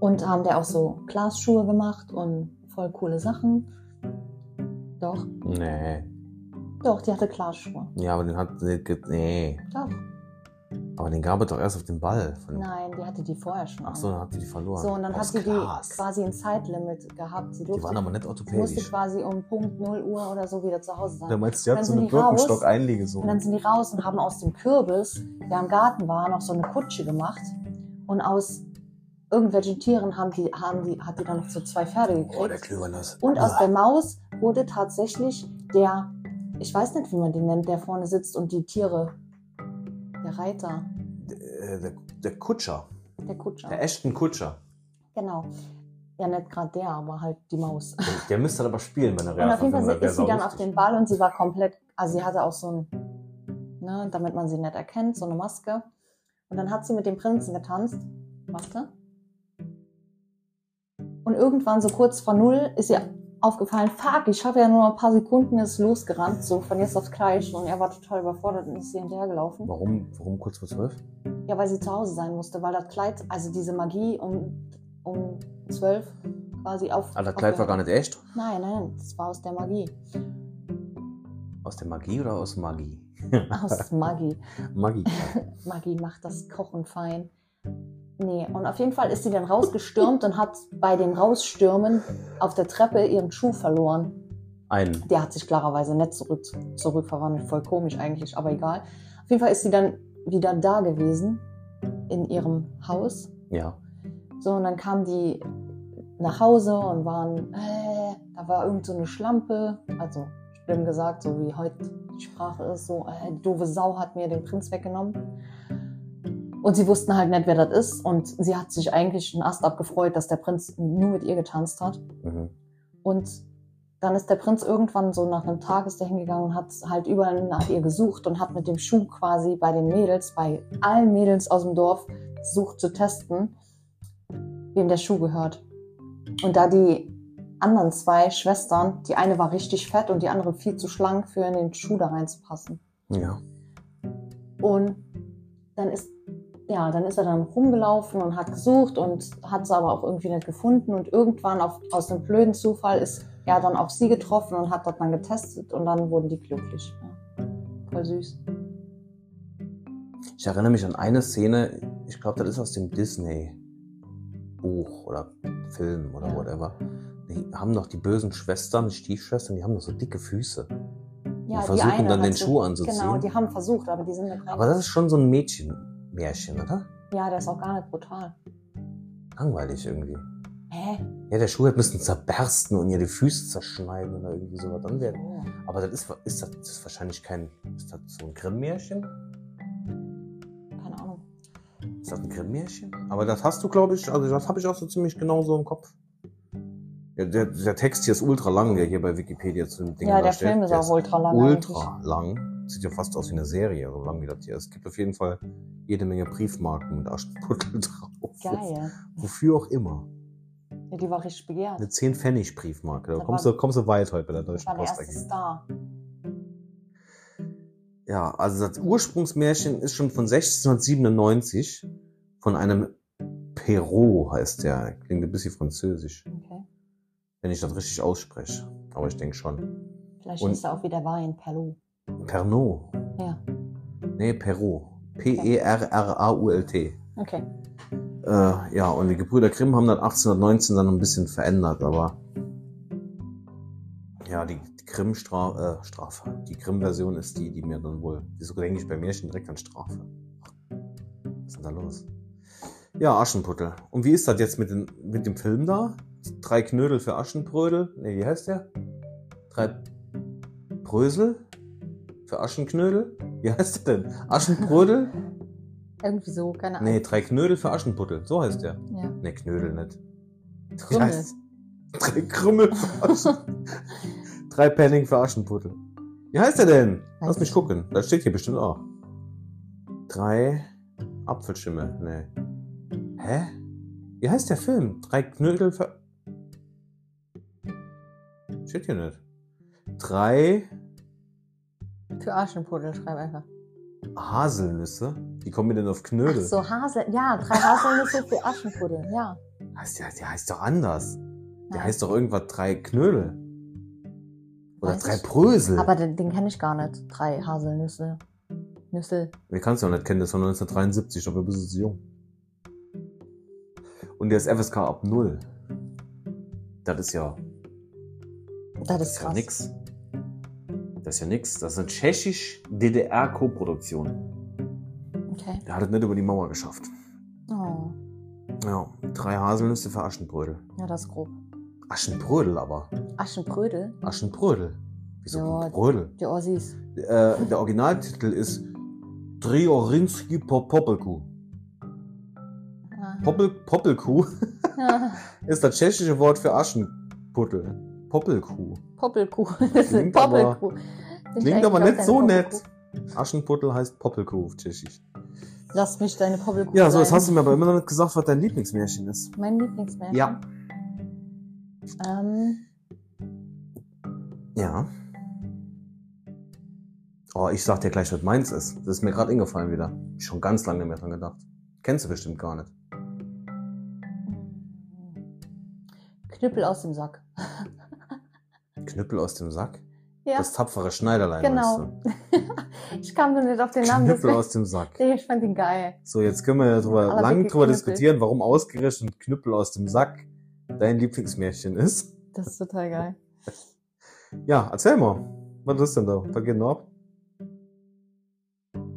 S2: Und haben der auch so Glasschuhe gemacht und voll coole Sachen. Doch,
S1: nee.
S2: doch, die hatte Glasschuhe.
S1: Ja, aber den hat. Nee, ge- nee.
S2: Doch,
S1: Aber den gab es doch erst auf den Ball. Von,
S2: nein, die hatte die vorher schon.
S1: Ach so,
S2: an.
S1: dann hat die die verloren.
S2: so und dann
S1: Aus
S2: hat sie
S1: Glas.
S2: die quasi ein Zeitlimit gehabt. Sie
S1: Die
S2: durfte,
S1: waren aber nicht
S2: sie musste
S1: orthopädisch.
S2: quasi um Punkt 0 Uhr oder so wieder zu Hause sein.
S1: Da meinst du, die
S2: dann
S1: hat so
S2: sind
S1: eine
S2: die raus.
S1: Birkenstock-Einlege so.
S2: Und dann sind die raus und haben aus dem Kürbis, der im Garten war, noch so eine Kutsche gemacht. Und aus irgendwelchen Tieren haben die, haben die, hat die dann noch so zwei Pferde gekriegt.
S1: Oh, der Klövernuss.
S2: Und aus
S1: Ah,
S2: der Maus wurde tatsächlich der, ich weiß nicht, wie man den nennt, der vorne sitzt und die Tiere. Der Reiter,
S1: äh, der, der Kutscher.
S2: der Kutscher.
S1: Äh. Der Ashton Kutscher.
S2: Genau. Ja, nicht gerade der, aber halt die Maus.
S1: Der müsste dann aber spielen, wenn er
S2: Und auf jeden
S1: Fernsehen
S2: Fall
S1: wäre,
S2: ist sie
S1: wär
S2: dann auf
S1: saulustig.
S2: den Ball und sie war komplett, also sie hatte auch so ein, ne, damit man sie nicht erkennt, so eine Maske. Und dann hat sie mit dem Prinzen getanzt. Warte. Und irgendwann, so kurz vor null, ist ihr aufgefallen, fuck, ich schaffe ja nur noch ein paar Sekunden, ist losgerannt, so von jetzt auf gleich. Und er war total überfordert und ist ihr hinterhergelaufen.
S1: Warum, warum kurz vor zwölf?
S2: Ja, weil sie zu Hause sein musste, weil das Kleid, also diese Magie um, um zwölf quasi auf.
S1: Ah, das Kleid war gar nicht echt.
S2: nicht. Nein, nein, das war aus der Magie.
S1: Aus der Magie oder aus Magie?
S2: Aus Magie.
S1: Magie.
S2: Magie macht das Kochen fein. Nee, und auf jeden Fall ist sie dann rausgestürmt und hat bei dem Rausstürmen auf der Treppe ihren Schuh verloren.
S1: Einen.
S2: Der hat sich klarerweise nicht zurück, zurückverwandelt. Voll komisch eigentlich, aber egal. Auf jeden Fall ist sie dann wieder da gewesen in ihrem Haus.
S1: Ja.
S2: So, und dann kamen die nach Hause und waren, äh, da war irgend so eine Schlampe, also schlimm gesagt, so wie heute die Sprache ist, so, äh, die doofe Sau hat mir den Prinz weggenommen. Und sie wussten halt nicht, wer das ist. Und sie hat sich eigentlich einen Ast abgefreut, dass der Prinz nur mit ihr getanzt hat.
S1: Mhm.
S2: Und dann ist der Prinz irgendwann so nach einem Tag ist er hingegangen und hat halt überall nach ihr gesucht und hat mit dem Schuh quasi bei den Mädels, bei allen Mädels aus dem Dorf versucht zu testen, wem der Schuh gehört. Und da die anderen zwei Schwestern, die eine war richtig fett und die andere viel zu schlank für in den Schuh da reinzupassen.
S1: Ja.
S2: Und dann ist, ja, dann ist er dann rumgelaufen und hat gesucht und hat sie aber auch irgendwie nicht gefunden. Und irgendwann auf, aus einem blöden Zufall ist er dann auf sie getroffen und hat dort dann getestet und dann wurden die glücklich. Ja. Voll süß.
S1: Ich erinnere mich an eine Szene, ich glaube, das ist aus dem Disney-Buch oder Film oder
S2: Ja.
S1: whatever. Die haben doch die bösen Schwestern, die Stiefschwestern, die haben doch so dicke Füße.
S2: Ja,
S1: die versuchen dann
S2: hat
S1: den
S2: so-
S1: Schuh anzuziehen.
S2: Genau, die haben versucht, aber die sind nicht
S1: Aber
S2: rein.
S1: das ist schon so ein Mädchenmärchen, oder?
S2: Ja, der ist auch gar nicht brutal.
S1: Langweilig irgendwie.
S2: Hä?
S1: Ja, der Schuh hätte müssen zerbersten und ihr die Füße zerschneiden oder irgendwie sowas. Dann wäre.
S2: Oh,
S1: Aber das ist, ist das, das ist wahrscheinlich kein. Ist das so ein Grimm-Märchen?
S2: Keine Ahnung.
S1: Ist das ein Grimm-Märchen? Aber das hast du, glaube ich, also das habe ich auch so ziemlich genau so im Kopf. Ja, der, der Text hier ist ultra lang, der hier bei Wikipedia zu dem Ding
S2: ja,
S1: da
S2: der
S1: steht.
S2: Film ist
S1: Der
S2: auch ultra lang. eigentlich.
S1: ultra lang. Sieht ja fast aus wie eine Serie, so lang wie das hier ist. Es gibt auf jeden Fall jede Menge Briefmarken mit Aschenputtel drauf.
S2: Geil.
S1: Wofür auch immer.
S2: Ja, die war richtig begehrt.
S1: Eine 10-Pfennig-Briefmarke. Da
S2: Das
S1: kommst
S2: war-
S1: du, kommst du weit heute bei der
S2: Das
S1: Deutschen
S2: war der
S1: Post.
S2: erste
S1: AG.
S2: Star.
S1: Ja, also das Ursprungsmärchen ist schon von 1697 von einem Perrault heißt der. Klingt ein bisschen französisch,
S2: Okay.
S1: wenn ich das richtig ausspreche. Aber ich denke schon.
S2: Vielleicht
S1: Und-
S2: ist er auch wieder Wein, Perlu.
S1: Pernod.
S2: Ja.
S1: Nee, Perrault. E P-E-R-R-A-U-L-T.
S2: Okay.
S1: Äh, ja, und die Gebrüder Grimm haben das 1819 dann ein bisschen verändert, aber ja, die, die Grimm-Strafe, äh, Strafe. die Grimm-Version ist die, die mir dann wohl, wieso denke ich bei Märchen direkt an Strafe? Was ist denn da los? Ja, Aschenputtel. Und wie ist das jetzt mit, den, mit dem Film da? Drei Knödel für Aschenbrödel? Nee, wie heißt der? Drei Brösel für Aschenknödel? Wie heißt der denn? Aschenbrödel?
S2: Irgendwie so, keine Ahnung.
S1: Nee, drei Knödel für Aschenputtel. So heißt der.
S2: Ja.
S1: Ne, Knödel nicht.
S2: Krümmel.
S1: drei Krümmel für Aschen. drei Penning für Aschenputtel. Wie heißt der denn? Lass
S2: Weiß
S1: mich
S2: ich
S1: gucken. Das steht hier bestimmt auch. Drei Apfelschimmel. Nee. Hä? Wie heißt der Film? Drei Knödel für. Steht hier nicht. Drei
S2: Für Aschenputtel, schreib einfach.
S1: Haselnüsse. Wie kommen wir denn auf Knödel?
S2: Ach so, Hasel, ja, drei Haselnüsse für Aschenputtel, ja.
S1: Heißt der, der heißt doch anders. Der
S2: Nein.
S1: heißt doch irgendwas drei Knödel. Oder
S2: Weiß
S1: drei
S2: ich.
S1: Brösel.
S2: Aber den, den kenne ich gar nicht. Drei Haselnüsse. Nüsse.
S1: Wir kannst du auch nicht kennen, das ist von 1973, dafür bist du zu jung. Und der ist FSK ab null. Das ist ja.
S2: Das ist
S1: ja
S2: krass.
S1: nix. Das ist ja nix. Das ist eine tschechisch-DDR-Koproduktion.
S2: Okay.
S1: Der hat es nicht über die Mauer geschafft.
S2: Oh,
S1: Ja, drei Haselnüsse für Aschenbrödel.
S2: ja, das ist grob.
S1: Aschenbrödel aber.
S2: Aschenbrödel,
S1: Aschenbrödel. Wieso
S2: Ja.
S1: Brödel?
S2: die Ossis.
S1: äh, der Originaltitel ist Triorinski Popopelku.
S2: Aha.
S1: Poppel, Poppelkuh
S2: Ja,
S1: ist das tschechische Wort für Aschenputtel. Poppelkuh.
S2: Poppelkuh. Das ist
S1: Klingt aber-
S2: Poppelkuh. Sind
S1: Klingt
S2: eigentlich
S1: aber
S2: auch
S1: nicht
S2: deine
S1: so nett.
S2: Poppelkuh?
S1: Aschenputtel heißt Poppelkuh auf Tschechisch.
S2: Lass mich deine Poppelkuh
S1: Ja, so, jetzt
S2: sein.
S1: hast du mir aber immer noch nicht gesagt, was dein Lieblingsmärchen ist.
S2: Mein Lieblingsmärchen.
S1: Ja.
S2: Ähm,
S1: Ja. Oh, ich sag dir gleich, was meins ist. Das ist mir gerade eingefallen wieder. Hab ich Schon ganz lange nicht mehr dran gedacht. Kennst du bestimmt gar nicht.
S2: Knüppel aus dem Sack.
S1: Knüppel aus dem Sack?
S2: Ja,
S1: Das tapfere Schneiderlein,
S2: Genau.
S1: weißt
S2: ich kam nur nicht auf den
S1: du?
S2: Namen.
S1: Knüppel
S2: deswegen-
S1: aus dem Sack.
S2: Nee, Ich fand ihn geil.
S1: So, jetzt können wir ja drüber,
S2: Aber
S1: lang
S2: wirklich
S1: drüber
S2: Knüppel.
S1: diskutieren, warum ausgerechnet Knüppel aus dem Sack dein Lieblingsmärchen ist.
S2: Das ist total geil.
S1: Ja, erzähl mal. Was ist denn da? Was geht denn da ab?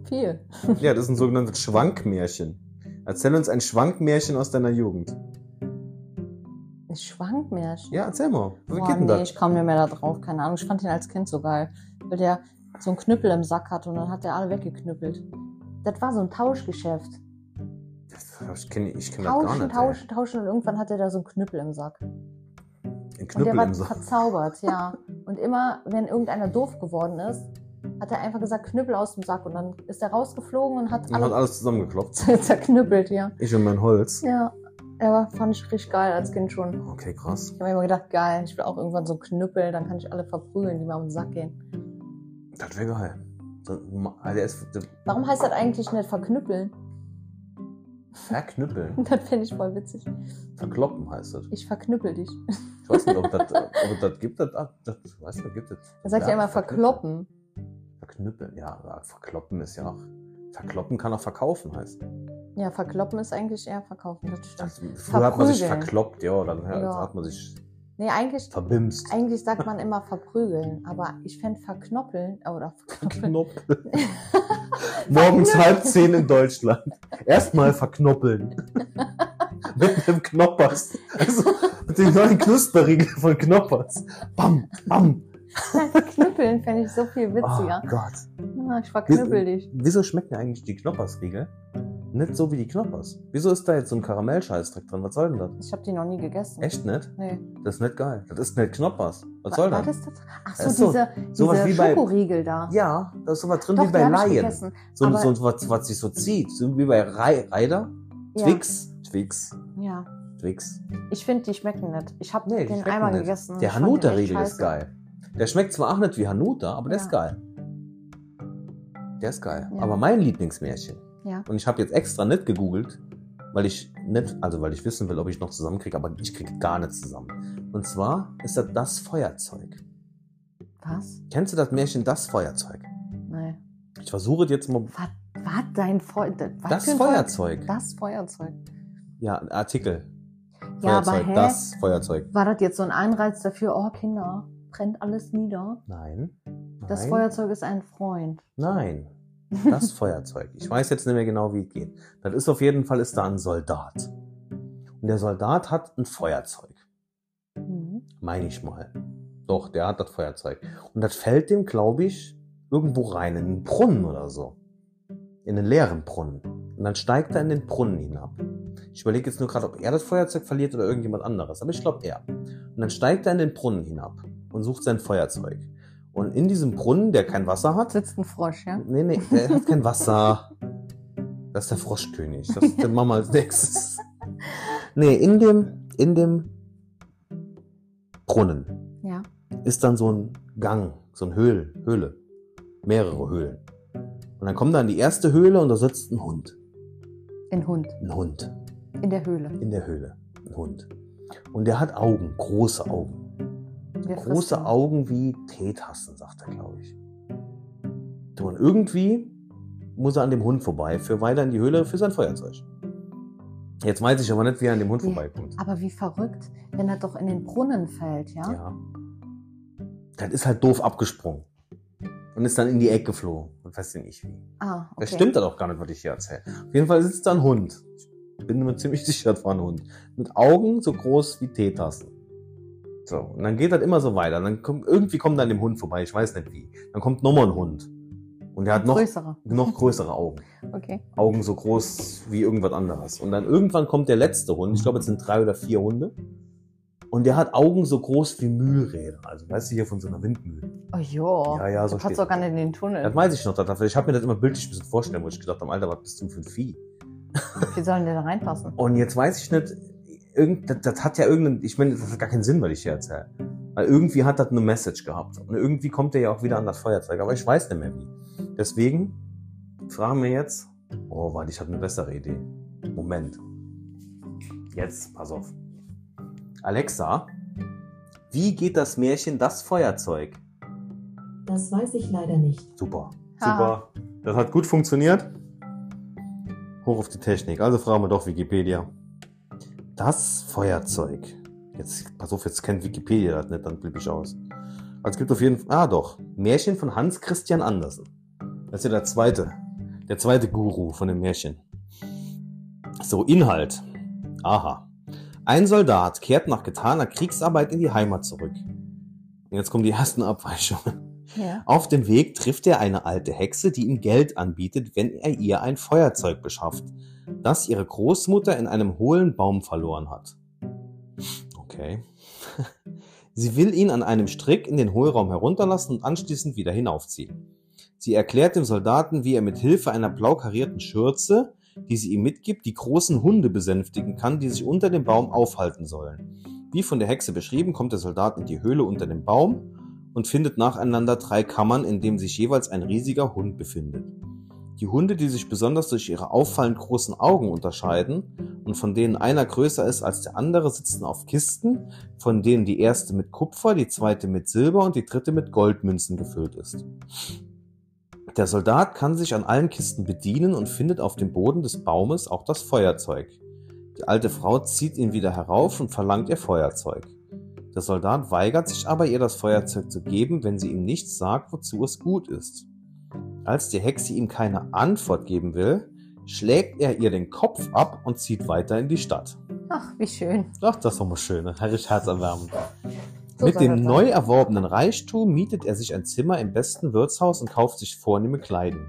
S2: Viel.
S1: Ja, das ist ein sogenanntes Schwankmärchen. Erzähl uns ein Schwankmärchen aus deiner Jugend.
S2: Ich schwank mir.
S1: Ja, erzähl mal. Wie
S2: Boah,
S1: geht denn
S2: nee,
S1: das?
S2: ich kam nicht mehr da drauf. Keine Ahnung. Ich fand ihn als Kind so geil. Weil der so einen Knüppel im Sack hatte und dann hat er alle weggeknüppelt. Das war so ein Tauschgeschäft.
S1: Ich kenne ich kenn das gar
S2: Tauschen,
S1: nicht.
S2: tauschen, tauschen und irgendwann hat er da so einen Knüppel im Sack.
S1: ey. Ein
S2: Und der
S1: Knüppel
S2: war
S1: im Sack.
S2: verzaubert, ja. Und immer, wenn irgendeiner doof geworden ist, hat er einfach gesagt, Knüppel aus dem Sack. Und dann ist er rausgeflogen und hat
S1: Und hat
S2: alle
S1: alles zusammengeklopft.
S2: zerknüppelt, ja.
S1: Ich und mein Holz.
S2: Ja, aber fand ich richtig geil als Kind schon.
S1: Okay, krass.
S2: Ich habe mir immer gedacht, geil, ich will auch irgendwann so einen Knüppel, dann kann ich alle verprügeln, die mir auf den Sack gehen.
S1: Das wäre geil. So, ma- Alter, es
S2: Warum heißt das eigentlich nicht verknüppeln?
S1: verknüppeln.
S2: Das finde ich voll witzig.
S1: Verkloppen heißt das.
S2: Ich verknüppel dich.
S1: Ich weiß nicht, ob das, ob es das gibt. Das, das, ich weiß nicht, gibt das.
S2: Dann sagt ja,
S1: Ja,
S2: immer
S1: verknüppeln.
S2: verkloppen.
S1: Verknüppeln, ja, aber verkloppen ist ja auch. Verkloppen kann auch verkaufen heißen.
S2: Ja, verkloppen ist eigentlich eher verkaufen, das stimmt.
S1: Das, früher hat man sich
S2: Verprügeln.
S1: verkloppt, ja, dann ja,
S2: Ja.
S1: hat man sich
S2: Nee, eigentlich,
S1: verbimst.
S2: eigentlich sagt man immer verprügeln, aber ich fände verknoppeln, äh, oder verknoppeln.
S1: Verknoppeln. Morgens halb zehn in Deutschland. Erstmal verknoppeln. Mit dem Knoppers. Also mit dem neuen Knusperriegel von Knoppers. Bam, bam.
S2: Verknüppeln fände ich so viel witziger.
S1: Oh Gott.
S2: Ah, ich verknüppel dich.
S1: Wieso schmecken eigentlich die Knoppersriegel nicht so wie die Knoppers? Wieso ist da jetzt so ein Karamellscheißdreck drin? Was soll denn das?
S2: Ich habe die noch nie gegessen.
S1: Echt nicht?
S2: Nee.
S1: Das ist nicht geil. Das ist nicht Knoppers. Was soll
S2: war
S1: das?
S2: das? das? Ach
S1: Das
S2: so,
S1: ist so-
S2: diese,
S1: sowas
S2: diese
S1: wie bei-
S2: Schokoriegel da.
S1: Ja, da ist sowas drin
S2: Doch,
S1: wie
S2: die
S1: bei
S2: hab ich
S1: Laien.
S2: gegessen.
S1: So,
S2: aber-
S1: so was, was sich so zieht. So wie bei Rei- Reider.
S2: Ja.
S1: Twix. Twix.
S2: Ja.
S1: Twix.
S2: Ich finde, die schmecken nicht. Ich habe
S1: Nee, die
S2: den
S1: schmecken
S2: einmal
S1: nicht.
S2: gegessen. und
S1: Der
S2: Hm, ich fand den echt
S1: Hanuta-Riegel ist
S2: scheiße.
S1: geil. Der schmeckt zwar auch nicht wie Hanuta, aber der
S2: Ja.
S1: ist geil. Der ist geil.
S2: Ja.
S1: Aber mein Lieblingsmärchen.
S2: Ja.
S1: Und ich habe jetzt extra nicht gegoogelt, weil ich nicht, also weil ich wissen will, ob ich noch zusammenkriege, aber ich kriege gar nicht zusammen. Und zwar ist das das Feuerzeug.
S2: Was?
S1: Kennst du das Märchen das Feuerzeug?
S2: Nee.
S1: Ich versuche jetzt mal.
S2: Was, was dein Feu was
S1: Das
S2: für ein
S1: Feuerzeug.
S2: Feuer das Feuerzeug.
S1: Ja, ein Artikel.
S2: Ja, aber
S1: Feuerzeug,
S2: hä?
S1: das Feuerzeug.
S2: War das jetzt so ein Anreiz dafür, oh Kinder, brennt alles nieder?
S1: Nein.
S2: Das
S1: Nein.
S2: Feuerzeug ist ein Freund.
S1: Nein, das Feuerzeug. Ich weiß jetzt nicht mehr genau, wie es geht. Das ist auf jeden Fall ist da ein Soldat. Und der Soldat hat ein Feuerzeug,
S2: Mhm.
S1: meine ich mal. Doch, der hat das Feuerzeug. Und das fällt dem, glaube ich, irgendwo rein, in einen Brunnen oder so. In einen leeren Brunnen. Und dann steigt er in den Brunnen hinab. Ich überlege jetzt nur gerade, ob er das Feuerzeug verliert oder irgendjemand anderes. Aber ich glaube, er. Und dann steigt er in den Brunnen hinab und sucht sein Feuerzeug. Und in diesem Brunnen, der kein Wasser hat,
S2: Sitzt ein Frosch, ja?
S1: Nee, nee, der hat kein Wasser. Das ist der Froschkönig. Das ist der Mama als nächstes. Nee, in dem, in dem Brunnen
S2: Ja.
S1: ist dann so ein Gang, so ein Höhl, Höhle. Mehrere Höhlen. Und dann kommt da in die erste Höhle und da sitzt ein Hund.
S2: Ein Hund.
S1: Ein Hund
S2: In der Höhle.
S1: in der Höhle. Ein Hund. Und der hat Augen, große Augen.
S2: Der frisst
S1: Große
S2: ihn.
S1: Augen wie Teetassen, sagt er, glaube ich. So, Und irgendwie muss er an dem Hund vorbei, für weiter in die Höhle, für sein Feuerzeug. Jetzt weiß ich aber nicht, wie er an dem Hund
S2: Ja.
S1: vorbeikommt.
S2: Aber wie verrückt, wenn er doch in den Brunnen fällt, ja?
S1: Ja. Das ist halt doof abgesprungen. Und ist dann in die Ecke geflogen. Und weiß denn ich wie.
S2: Ah, okay.
S1: Das stimmt dann auch gar nicht, was ich hier erzähle. Auf jeden Fall sitzt da ein Hund. Ich bin mir ziemlich sicher, das war ein Hund. Mit Augen so groß wie Teetassen. So, und dann geht das immer so weiter. Dann kommt, irgendwie kommt dann dem Hund vorbei, ich weiß nicht wie. Dann kommt nochmal ein Hund. Und der hat noch,
S2: Größere.
S1: noch größere Augen.
S2: Okay.
S1: Augen so groß wie irgendwas anderes. Und dann irgendwann kommt der letzte Hund, ich glaube, jetzt sind drei oder vier Hunde. Und der hat Augen so groß wie Mühlräder. Also, weißt du, hier von so einer Windmühle.
S2: Oh jo.
S1: ja, ja, so
S2: Passt
S1: steht
S2: doch gar
S1: das.
S2: nicht in den Tunnel.
S1: Das weiß ich noch. Das, ich habe mir das immer bildlich ein bisschen vorstellen, wo ich gedacht habe, Alter, was bist du für ein Vieh?
S2: Wie sollen die da reinpassen?
S1: Und jetzt weiß ich nicht, irgend, das, das hat ja irgendeinen, ich meine, das hat gar keinen Sinn, was ich hier erzähle. Weil irgendwie hat das eine Message gehabt. Und irgendwie kommt der ja auch wieder an das Feuerzeug, aber ich weiß nicht mehr wie. Deswegen fragen wir jetzt, oh, warte, ich habe eine bessere Idee. Moment. Jetzt, pass auf. Alexa, wie geht das Märchen das Feuerzeug?
S3: Das weiß ich leider nicht.
S1: Super.
S2: Haha.
S1: Super. Das hat gut funktioniert. Hoch auf die Technik. Also fragen wir doch Wikipedia. Das Feuerzeug. Jetzt, pass auf, jetzt kennt Wikipedia das nicht, dann blieb ich aus. Also es gibt auf jeden Fall. Ah doch. Märchen von Hans Christian Andersen. Das ist ja der zweite. Der zweite Guru von dem Märchen. So, Inhalt. Aha. Ein Soldat kehrt nach getaner Kriegsarbeit in die Heimat zurück. Und jetzt kommen die ersten Abweichungen.
S2: Ja.
S1: Auf dem Weg trifft er eine alte Hexe, die ihm Geld anbietet, wenn er ihr ein Feuerzeug beschafft, das ihre Großmutter in einem hohlen Baum verloren hat. Okay. Sie will ihn an einem Strick in den Hohlraum herunterlassen und anschließend wieder hinaufziehen. Sie erklärt dem Soldaten, wie er mit Hilfe einer blau karierten Schürze, die sie ihm mitgibt, die großen Hunde besänftigen kann, die sich unter dem Baum aufhalten sollen. Wie von der Hexe beschrieben, kommt der Soldat in die Höhle unter dem Baum und findet nacheinander drei Kammern, in denen sich jeweils ein riesiger Hund befindet. Die Hunde, die sich besonders durch ihre auffallend großen Augen unterscheiden und von denen einer größer ist als der andere, sitzen auf Kisten, von denen die erste mit Kupfer, die zweite mit Silber und die dritte mit Goldmünzen gefüllt ist. Der Soldat kann sich an allen Kisten bedienen und findet auf dem Boden des Baumes auch das Feuerzeug. Die alte Frau zieht ihn wieder herauf und verlangt ihr Feuerzeug. Der Soldat weigert sich aber, ihr das Feuerzeug zu geben, wenn sie ihm nicht sagt, wozu es gut ist. Als die Hexe ihm keine Antwort geben will, schlägt er ihr den Kopf ab und zieht weiter in die Stadt.
S2: Ach, wie schön.
S1: Ach, das ist doch mal schön, ne? herrlich herzerwärmend.
S2: So
S1: Mit
S2: soll
S1: dem
S2: das sein.
S1: neu erworbenen Reichtum mietet er sich ein Zimmer im besten Wirtshaus und kauft sich vornehme Kleidung.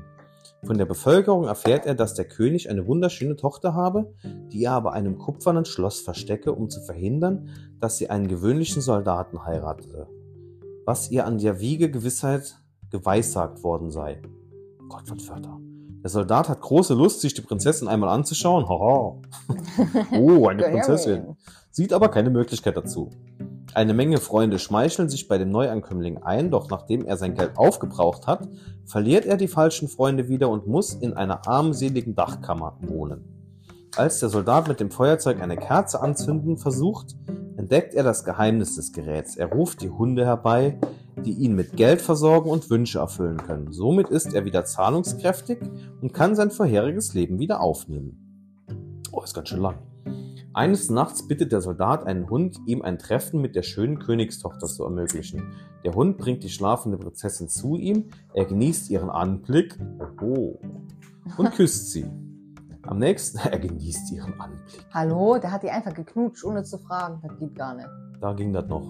S1: Von der Bevölkerung erfährt er, dass der König eine wunderschöne Tochter habe, die er aber einem kupfernen Schloss verstecke, um zu verhindern, dass sie einen gewöhnlichen Soldaten heiratete, was ihr an der Wiege Gewissheit geweissagt worden sei. Gott, was Wörter. Der Soldat hat große Lust, sich die Prinzessin einmal anzuschauen. Haha. Oh, eine Prinzessin sieht aber keine Möglichkeit dazu. Eine Menge Freunde schmeicheln sich bei dem Neuankömmling ein, doch nachdem er sein Geld aufgebraucht hat, verliert er die falschen Freunde wieder und muss in einer armseligen Dachkammer wohnen. Als der Soldat mit dem Feuerzeug eine Kerze anzünden versucht, entdeckt er das Geheimnis des Geräts. Er ruft die Hunde herbei, die ihn mit Geld versorgen und Wünsche erfüllen können. Somit ist er wieder zahlungskräftig und kann sein vorheriges Leben wieder aufnehmen. Oh, ist ganz schön lang. Eines Nachts bittet der Soldat einen Hund, ihm ein Treffen mit der schönen Königstochter zu ermöglichen. Der Hund bringt die schlafende Prinzessin zu ihm, er genießt ihren Anblick oh, und küsst sie. Am nächsten, er genießt ihren Anblick.
S2: Hallo, der hat die einfach geknutscht, ohne zu fragen. Das geht gar nicht.
S1: Da ging das noch.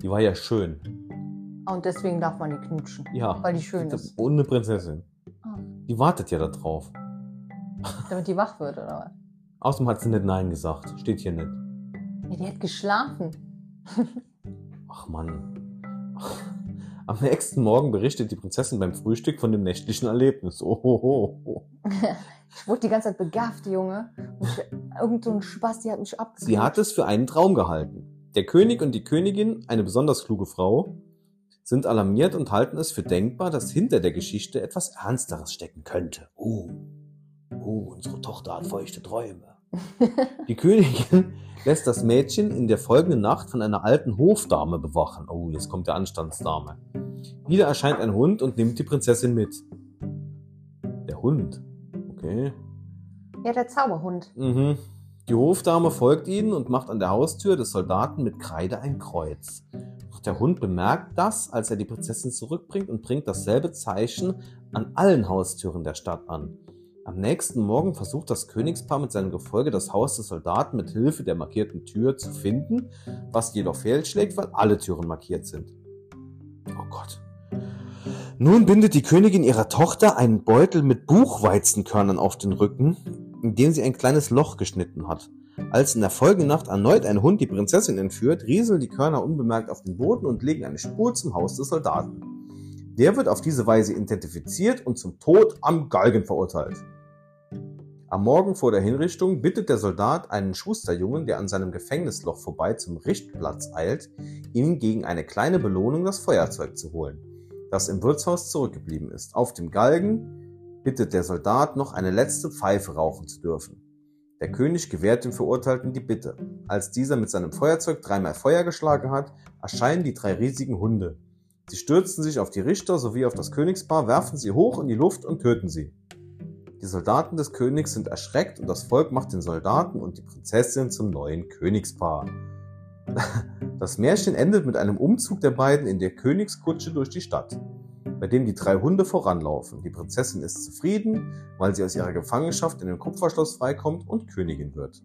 S1: Die war ja schön.
S2: Ah, Und deswegen darf man die knutschen.
S1: Ja.
S2: Weil die schön ist.
S1: Und eine Prinzessin.
S2: Ah.
S1: Die wartet ja da drauf.
S2: Damit die wach wird, oder was?
S1: Außerdem hat sie nicht Nein gesagt. Steht hier nicht.
S2: Ja, die hat geschlafen.
S1: Ach Mann. Ach. Am nächsten Morgen berichtet die Prinzessin beim Frühstück von dem nächtlichen Erlebnis. Ohohoho.
S2: Ich wurde die ganze Zeit begafft, Junge. Und ich, irgend so ein Spaß, die hat mich abgeknutscht.
S1: Sie hat es für einen Traum gehalten. Der König und die Königin, eine besonders kluge Frau, sind alarmiert und halten es für denkbar, dass hinter der Geschichte etwas Ernsteres stecken könnte. Oh, oh unsere Tochter hat feuchte Träume. Die Königin lässt das Mädchen in der folgenden Nacht von einer alten Hofdame bewachen. Oh, jetzt kommt der Anstandsdame. Wieder erscheint ein Hund und nimmt die Prinzessin mit. Der Hund. Okay.
S2: Ja, der Zauberhund.
S1: Mhm. Die Hofdame folgt ihnen und macht an der Haustür des Soldaten mit Kreide ein Kreuz. Doch der Hund bemerkt das, als er die Prinzessin zurückbringt und bringt dasselbe Zeichen an allen Haustüren der Stadt an. Am nächsten Morgen versucht das Königspaar mit seinem Gefolge das Haus des Soldaten mit Hilfe der markierten Tür zu finden, was jedoch fehlschlägt, weil alle Türen markiert sind. Oh Gott. Nun bindet die Königin ihrer Tochter einen Beutel mit Buchweizenkörnern auf den Rücken, in dem sie ein kleines Loch geschnitten hat. Als in der Folgenacht erneut ein Hund die Prinzessin entführt, rieseln die Körner unbemerkt auf den Boden und legen eine Spur zum Haus des Soldaten. Der wird auf diese Weise identifiziert und zum Tod am Galgen verurteilt. Am Morgen vor der Hinrichtung bittet der Soldat einen Schusterjungen, der an seinem Gefängnisloch vorbei zum Richtplatz eilt, ihm gegen eine kleine Belohnung das Feuerzeug zu holen, das im Wirtshaus zurückgeblieben ist. Auf dem Galgen bittet der Soldat noch eine letzte Pfeife rauchen zu dürfen. Der König gewährt dem Verurteilten die Bitte. Als dieser mit seinem Feuerzeug dreimal Feuer geschlagen hat, erscheinen die drei riesigen Hunde. Sie stürzen sich auf die Richter sowie auf das Königspaar, werfen sie hoch in die Luft und töten sie. Die Soldaten des Königs sind erschreckt und das Volk macht den Soldaten und die Prinzessin zum neuen Königspaar. Das Märchen endet mit einem Umzug der beiden in der Königskutsche durch die Stadt, bei dem die drei Hunde voranlaufen. Die Prinzessin ist zufrieden, weil sie aus ihrer Gefangenschaft in dem Kupferschloss freikommt und Königin wird.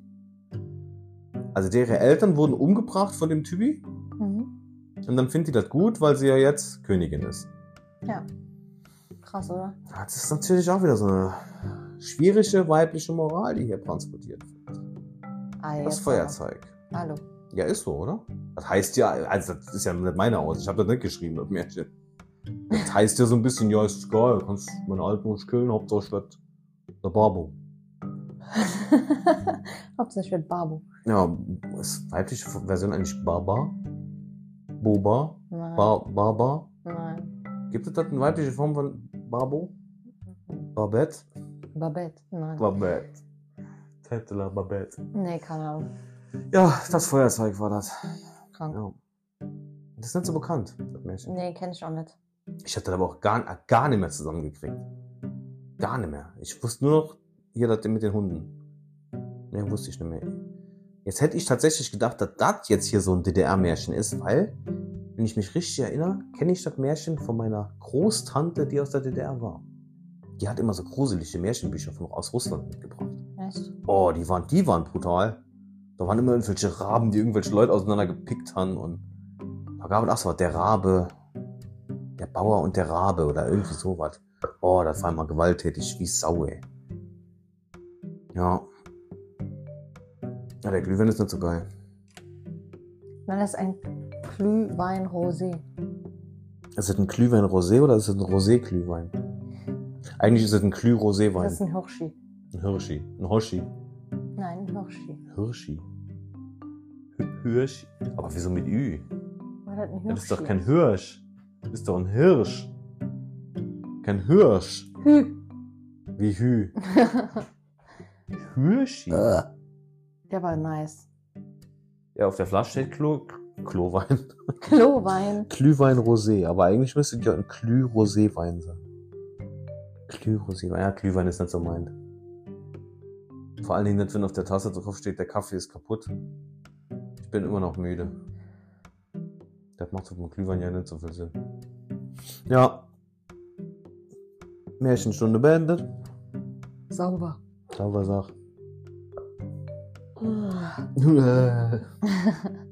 S1: Also deren Eltern wurden umgebracht von dem Typi
S2: Mhm.
S1: und dann findet die das gut, weil sie ja jetzt Königin ist.
S2: Krass, oder?
S1: Das ist natürlich auch wieder so eine schwierige weibliche Moral, die hier transportiert wird.
S2: Ei,
S1: Das
S2: Ah, jetzt
S1: Feuerzeug.
S2: aber. Hallo.
S1: Ja, ist so, oder? Das heißt ja, also das ist ja nicht meine Aus. Ich habe das nicht geschrieben, das Märchen. Das heißt ja so ein bisschen, ja, ist geil, kannst meine Alten nicht killen, Hauptsache statt der Babo.
S2: Hauptsächlich wird Babu.
S1: Ja, ist weibliche Version eigentlich Baba? Boba?
S2: Nein.
S1: Ba Baba?
S2: Nein.
S1: Gibt es da eine weibliche Form von Babo? Babette?
S2: Babette. Nein.
S1: Babette. Tettela Babette.
S2: nee, keine Ahnung.
S1: Ja, das Feuerzeug war das.
S2: Krank.
S1: Ja. Das ist nicht so bekannt, das Märchen.
S2: Nee, kenne ich auch nicht.
S1: Ich hatte das aber auch gar, gar nicht mehr zusammengekriegt. Gar nicht mehr. Ich wusste nur noch, hier das mit den Hunden. Mehr wusste ich nicht mehr. Jetzt hätte ich tatsächlich gedacht, dass das jetzt hier so ein DDR-Märchen ist, weil, wenn ich mich richtig erinnere, kenne ich das Märchen von meiner Großtante, die aus der DDR war. Die hat immer so gruselige Märchenbücher von, aus Russland mitgebracht.
S2: Echt?
S1: Oh, die waren, die waren brutal. Da waren immer irgendwelche Raben, die irgendwelche Leute auseinandergepickt haben und da gab es auch so was, der Rabe, der Bauer und der Rabe oder irgendwie sowas. Oh, das war immer gewalttätig, wie Sau, ey. Ja. Ja, der Glühwein ist nicht so geil.
S2: Nein, das ist ein Glühwein-Rosé.
S1: Ist das ein Glühwein Rosé oder ist das ein Rosé-Glühwein? Eigentlich ist es ein
S2: Das ist
S1: Glüh-Rosé-Wein.
S2: ein Hirschi.
S1: Ein Hirschi. Ein Hoshi.
S2: Nein, ein Hirschi.
S1: Hirschi. Hi- Hirschi. Aber wieso mit Ü?
S2: War das ein Hirschi?
S1: Das ist doch kein Hirsch. Das ist doch ein Hirsch. Kein Hirsch.
S2: Hü.
S1: Wie Hü. Hirschi.
S2: Der war nice.
S1: Ja, auf der Flasche steht Klo Klowein.
S2: Klowein.
S1: Glühwein Rosé. Aber eigentlich müsste ja ein Glüh-Rosé-Wein sein. Glüh-Rosé-Wein. Ja, Glühwein ist nicht so meint. Vor allen Dingen nicht, wenn auf der Tasse drauf steht, der Kaffee ist kaputt. Ich bin immer noch müde. Das macht mit dem Glühwein ja nicht so viel Sinn. Ja. Märchenstunde beendet.
S2: Sauber.
S1: Sauber sag.
S2: Ah.
S1: Ach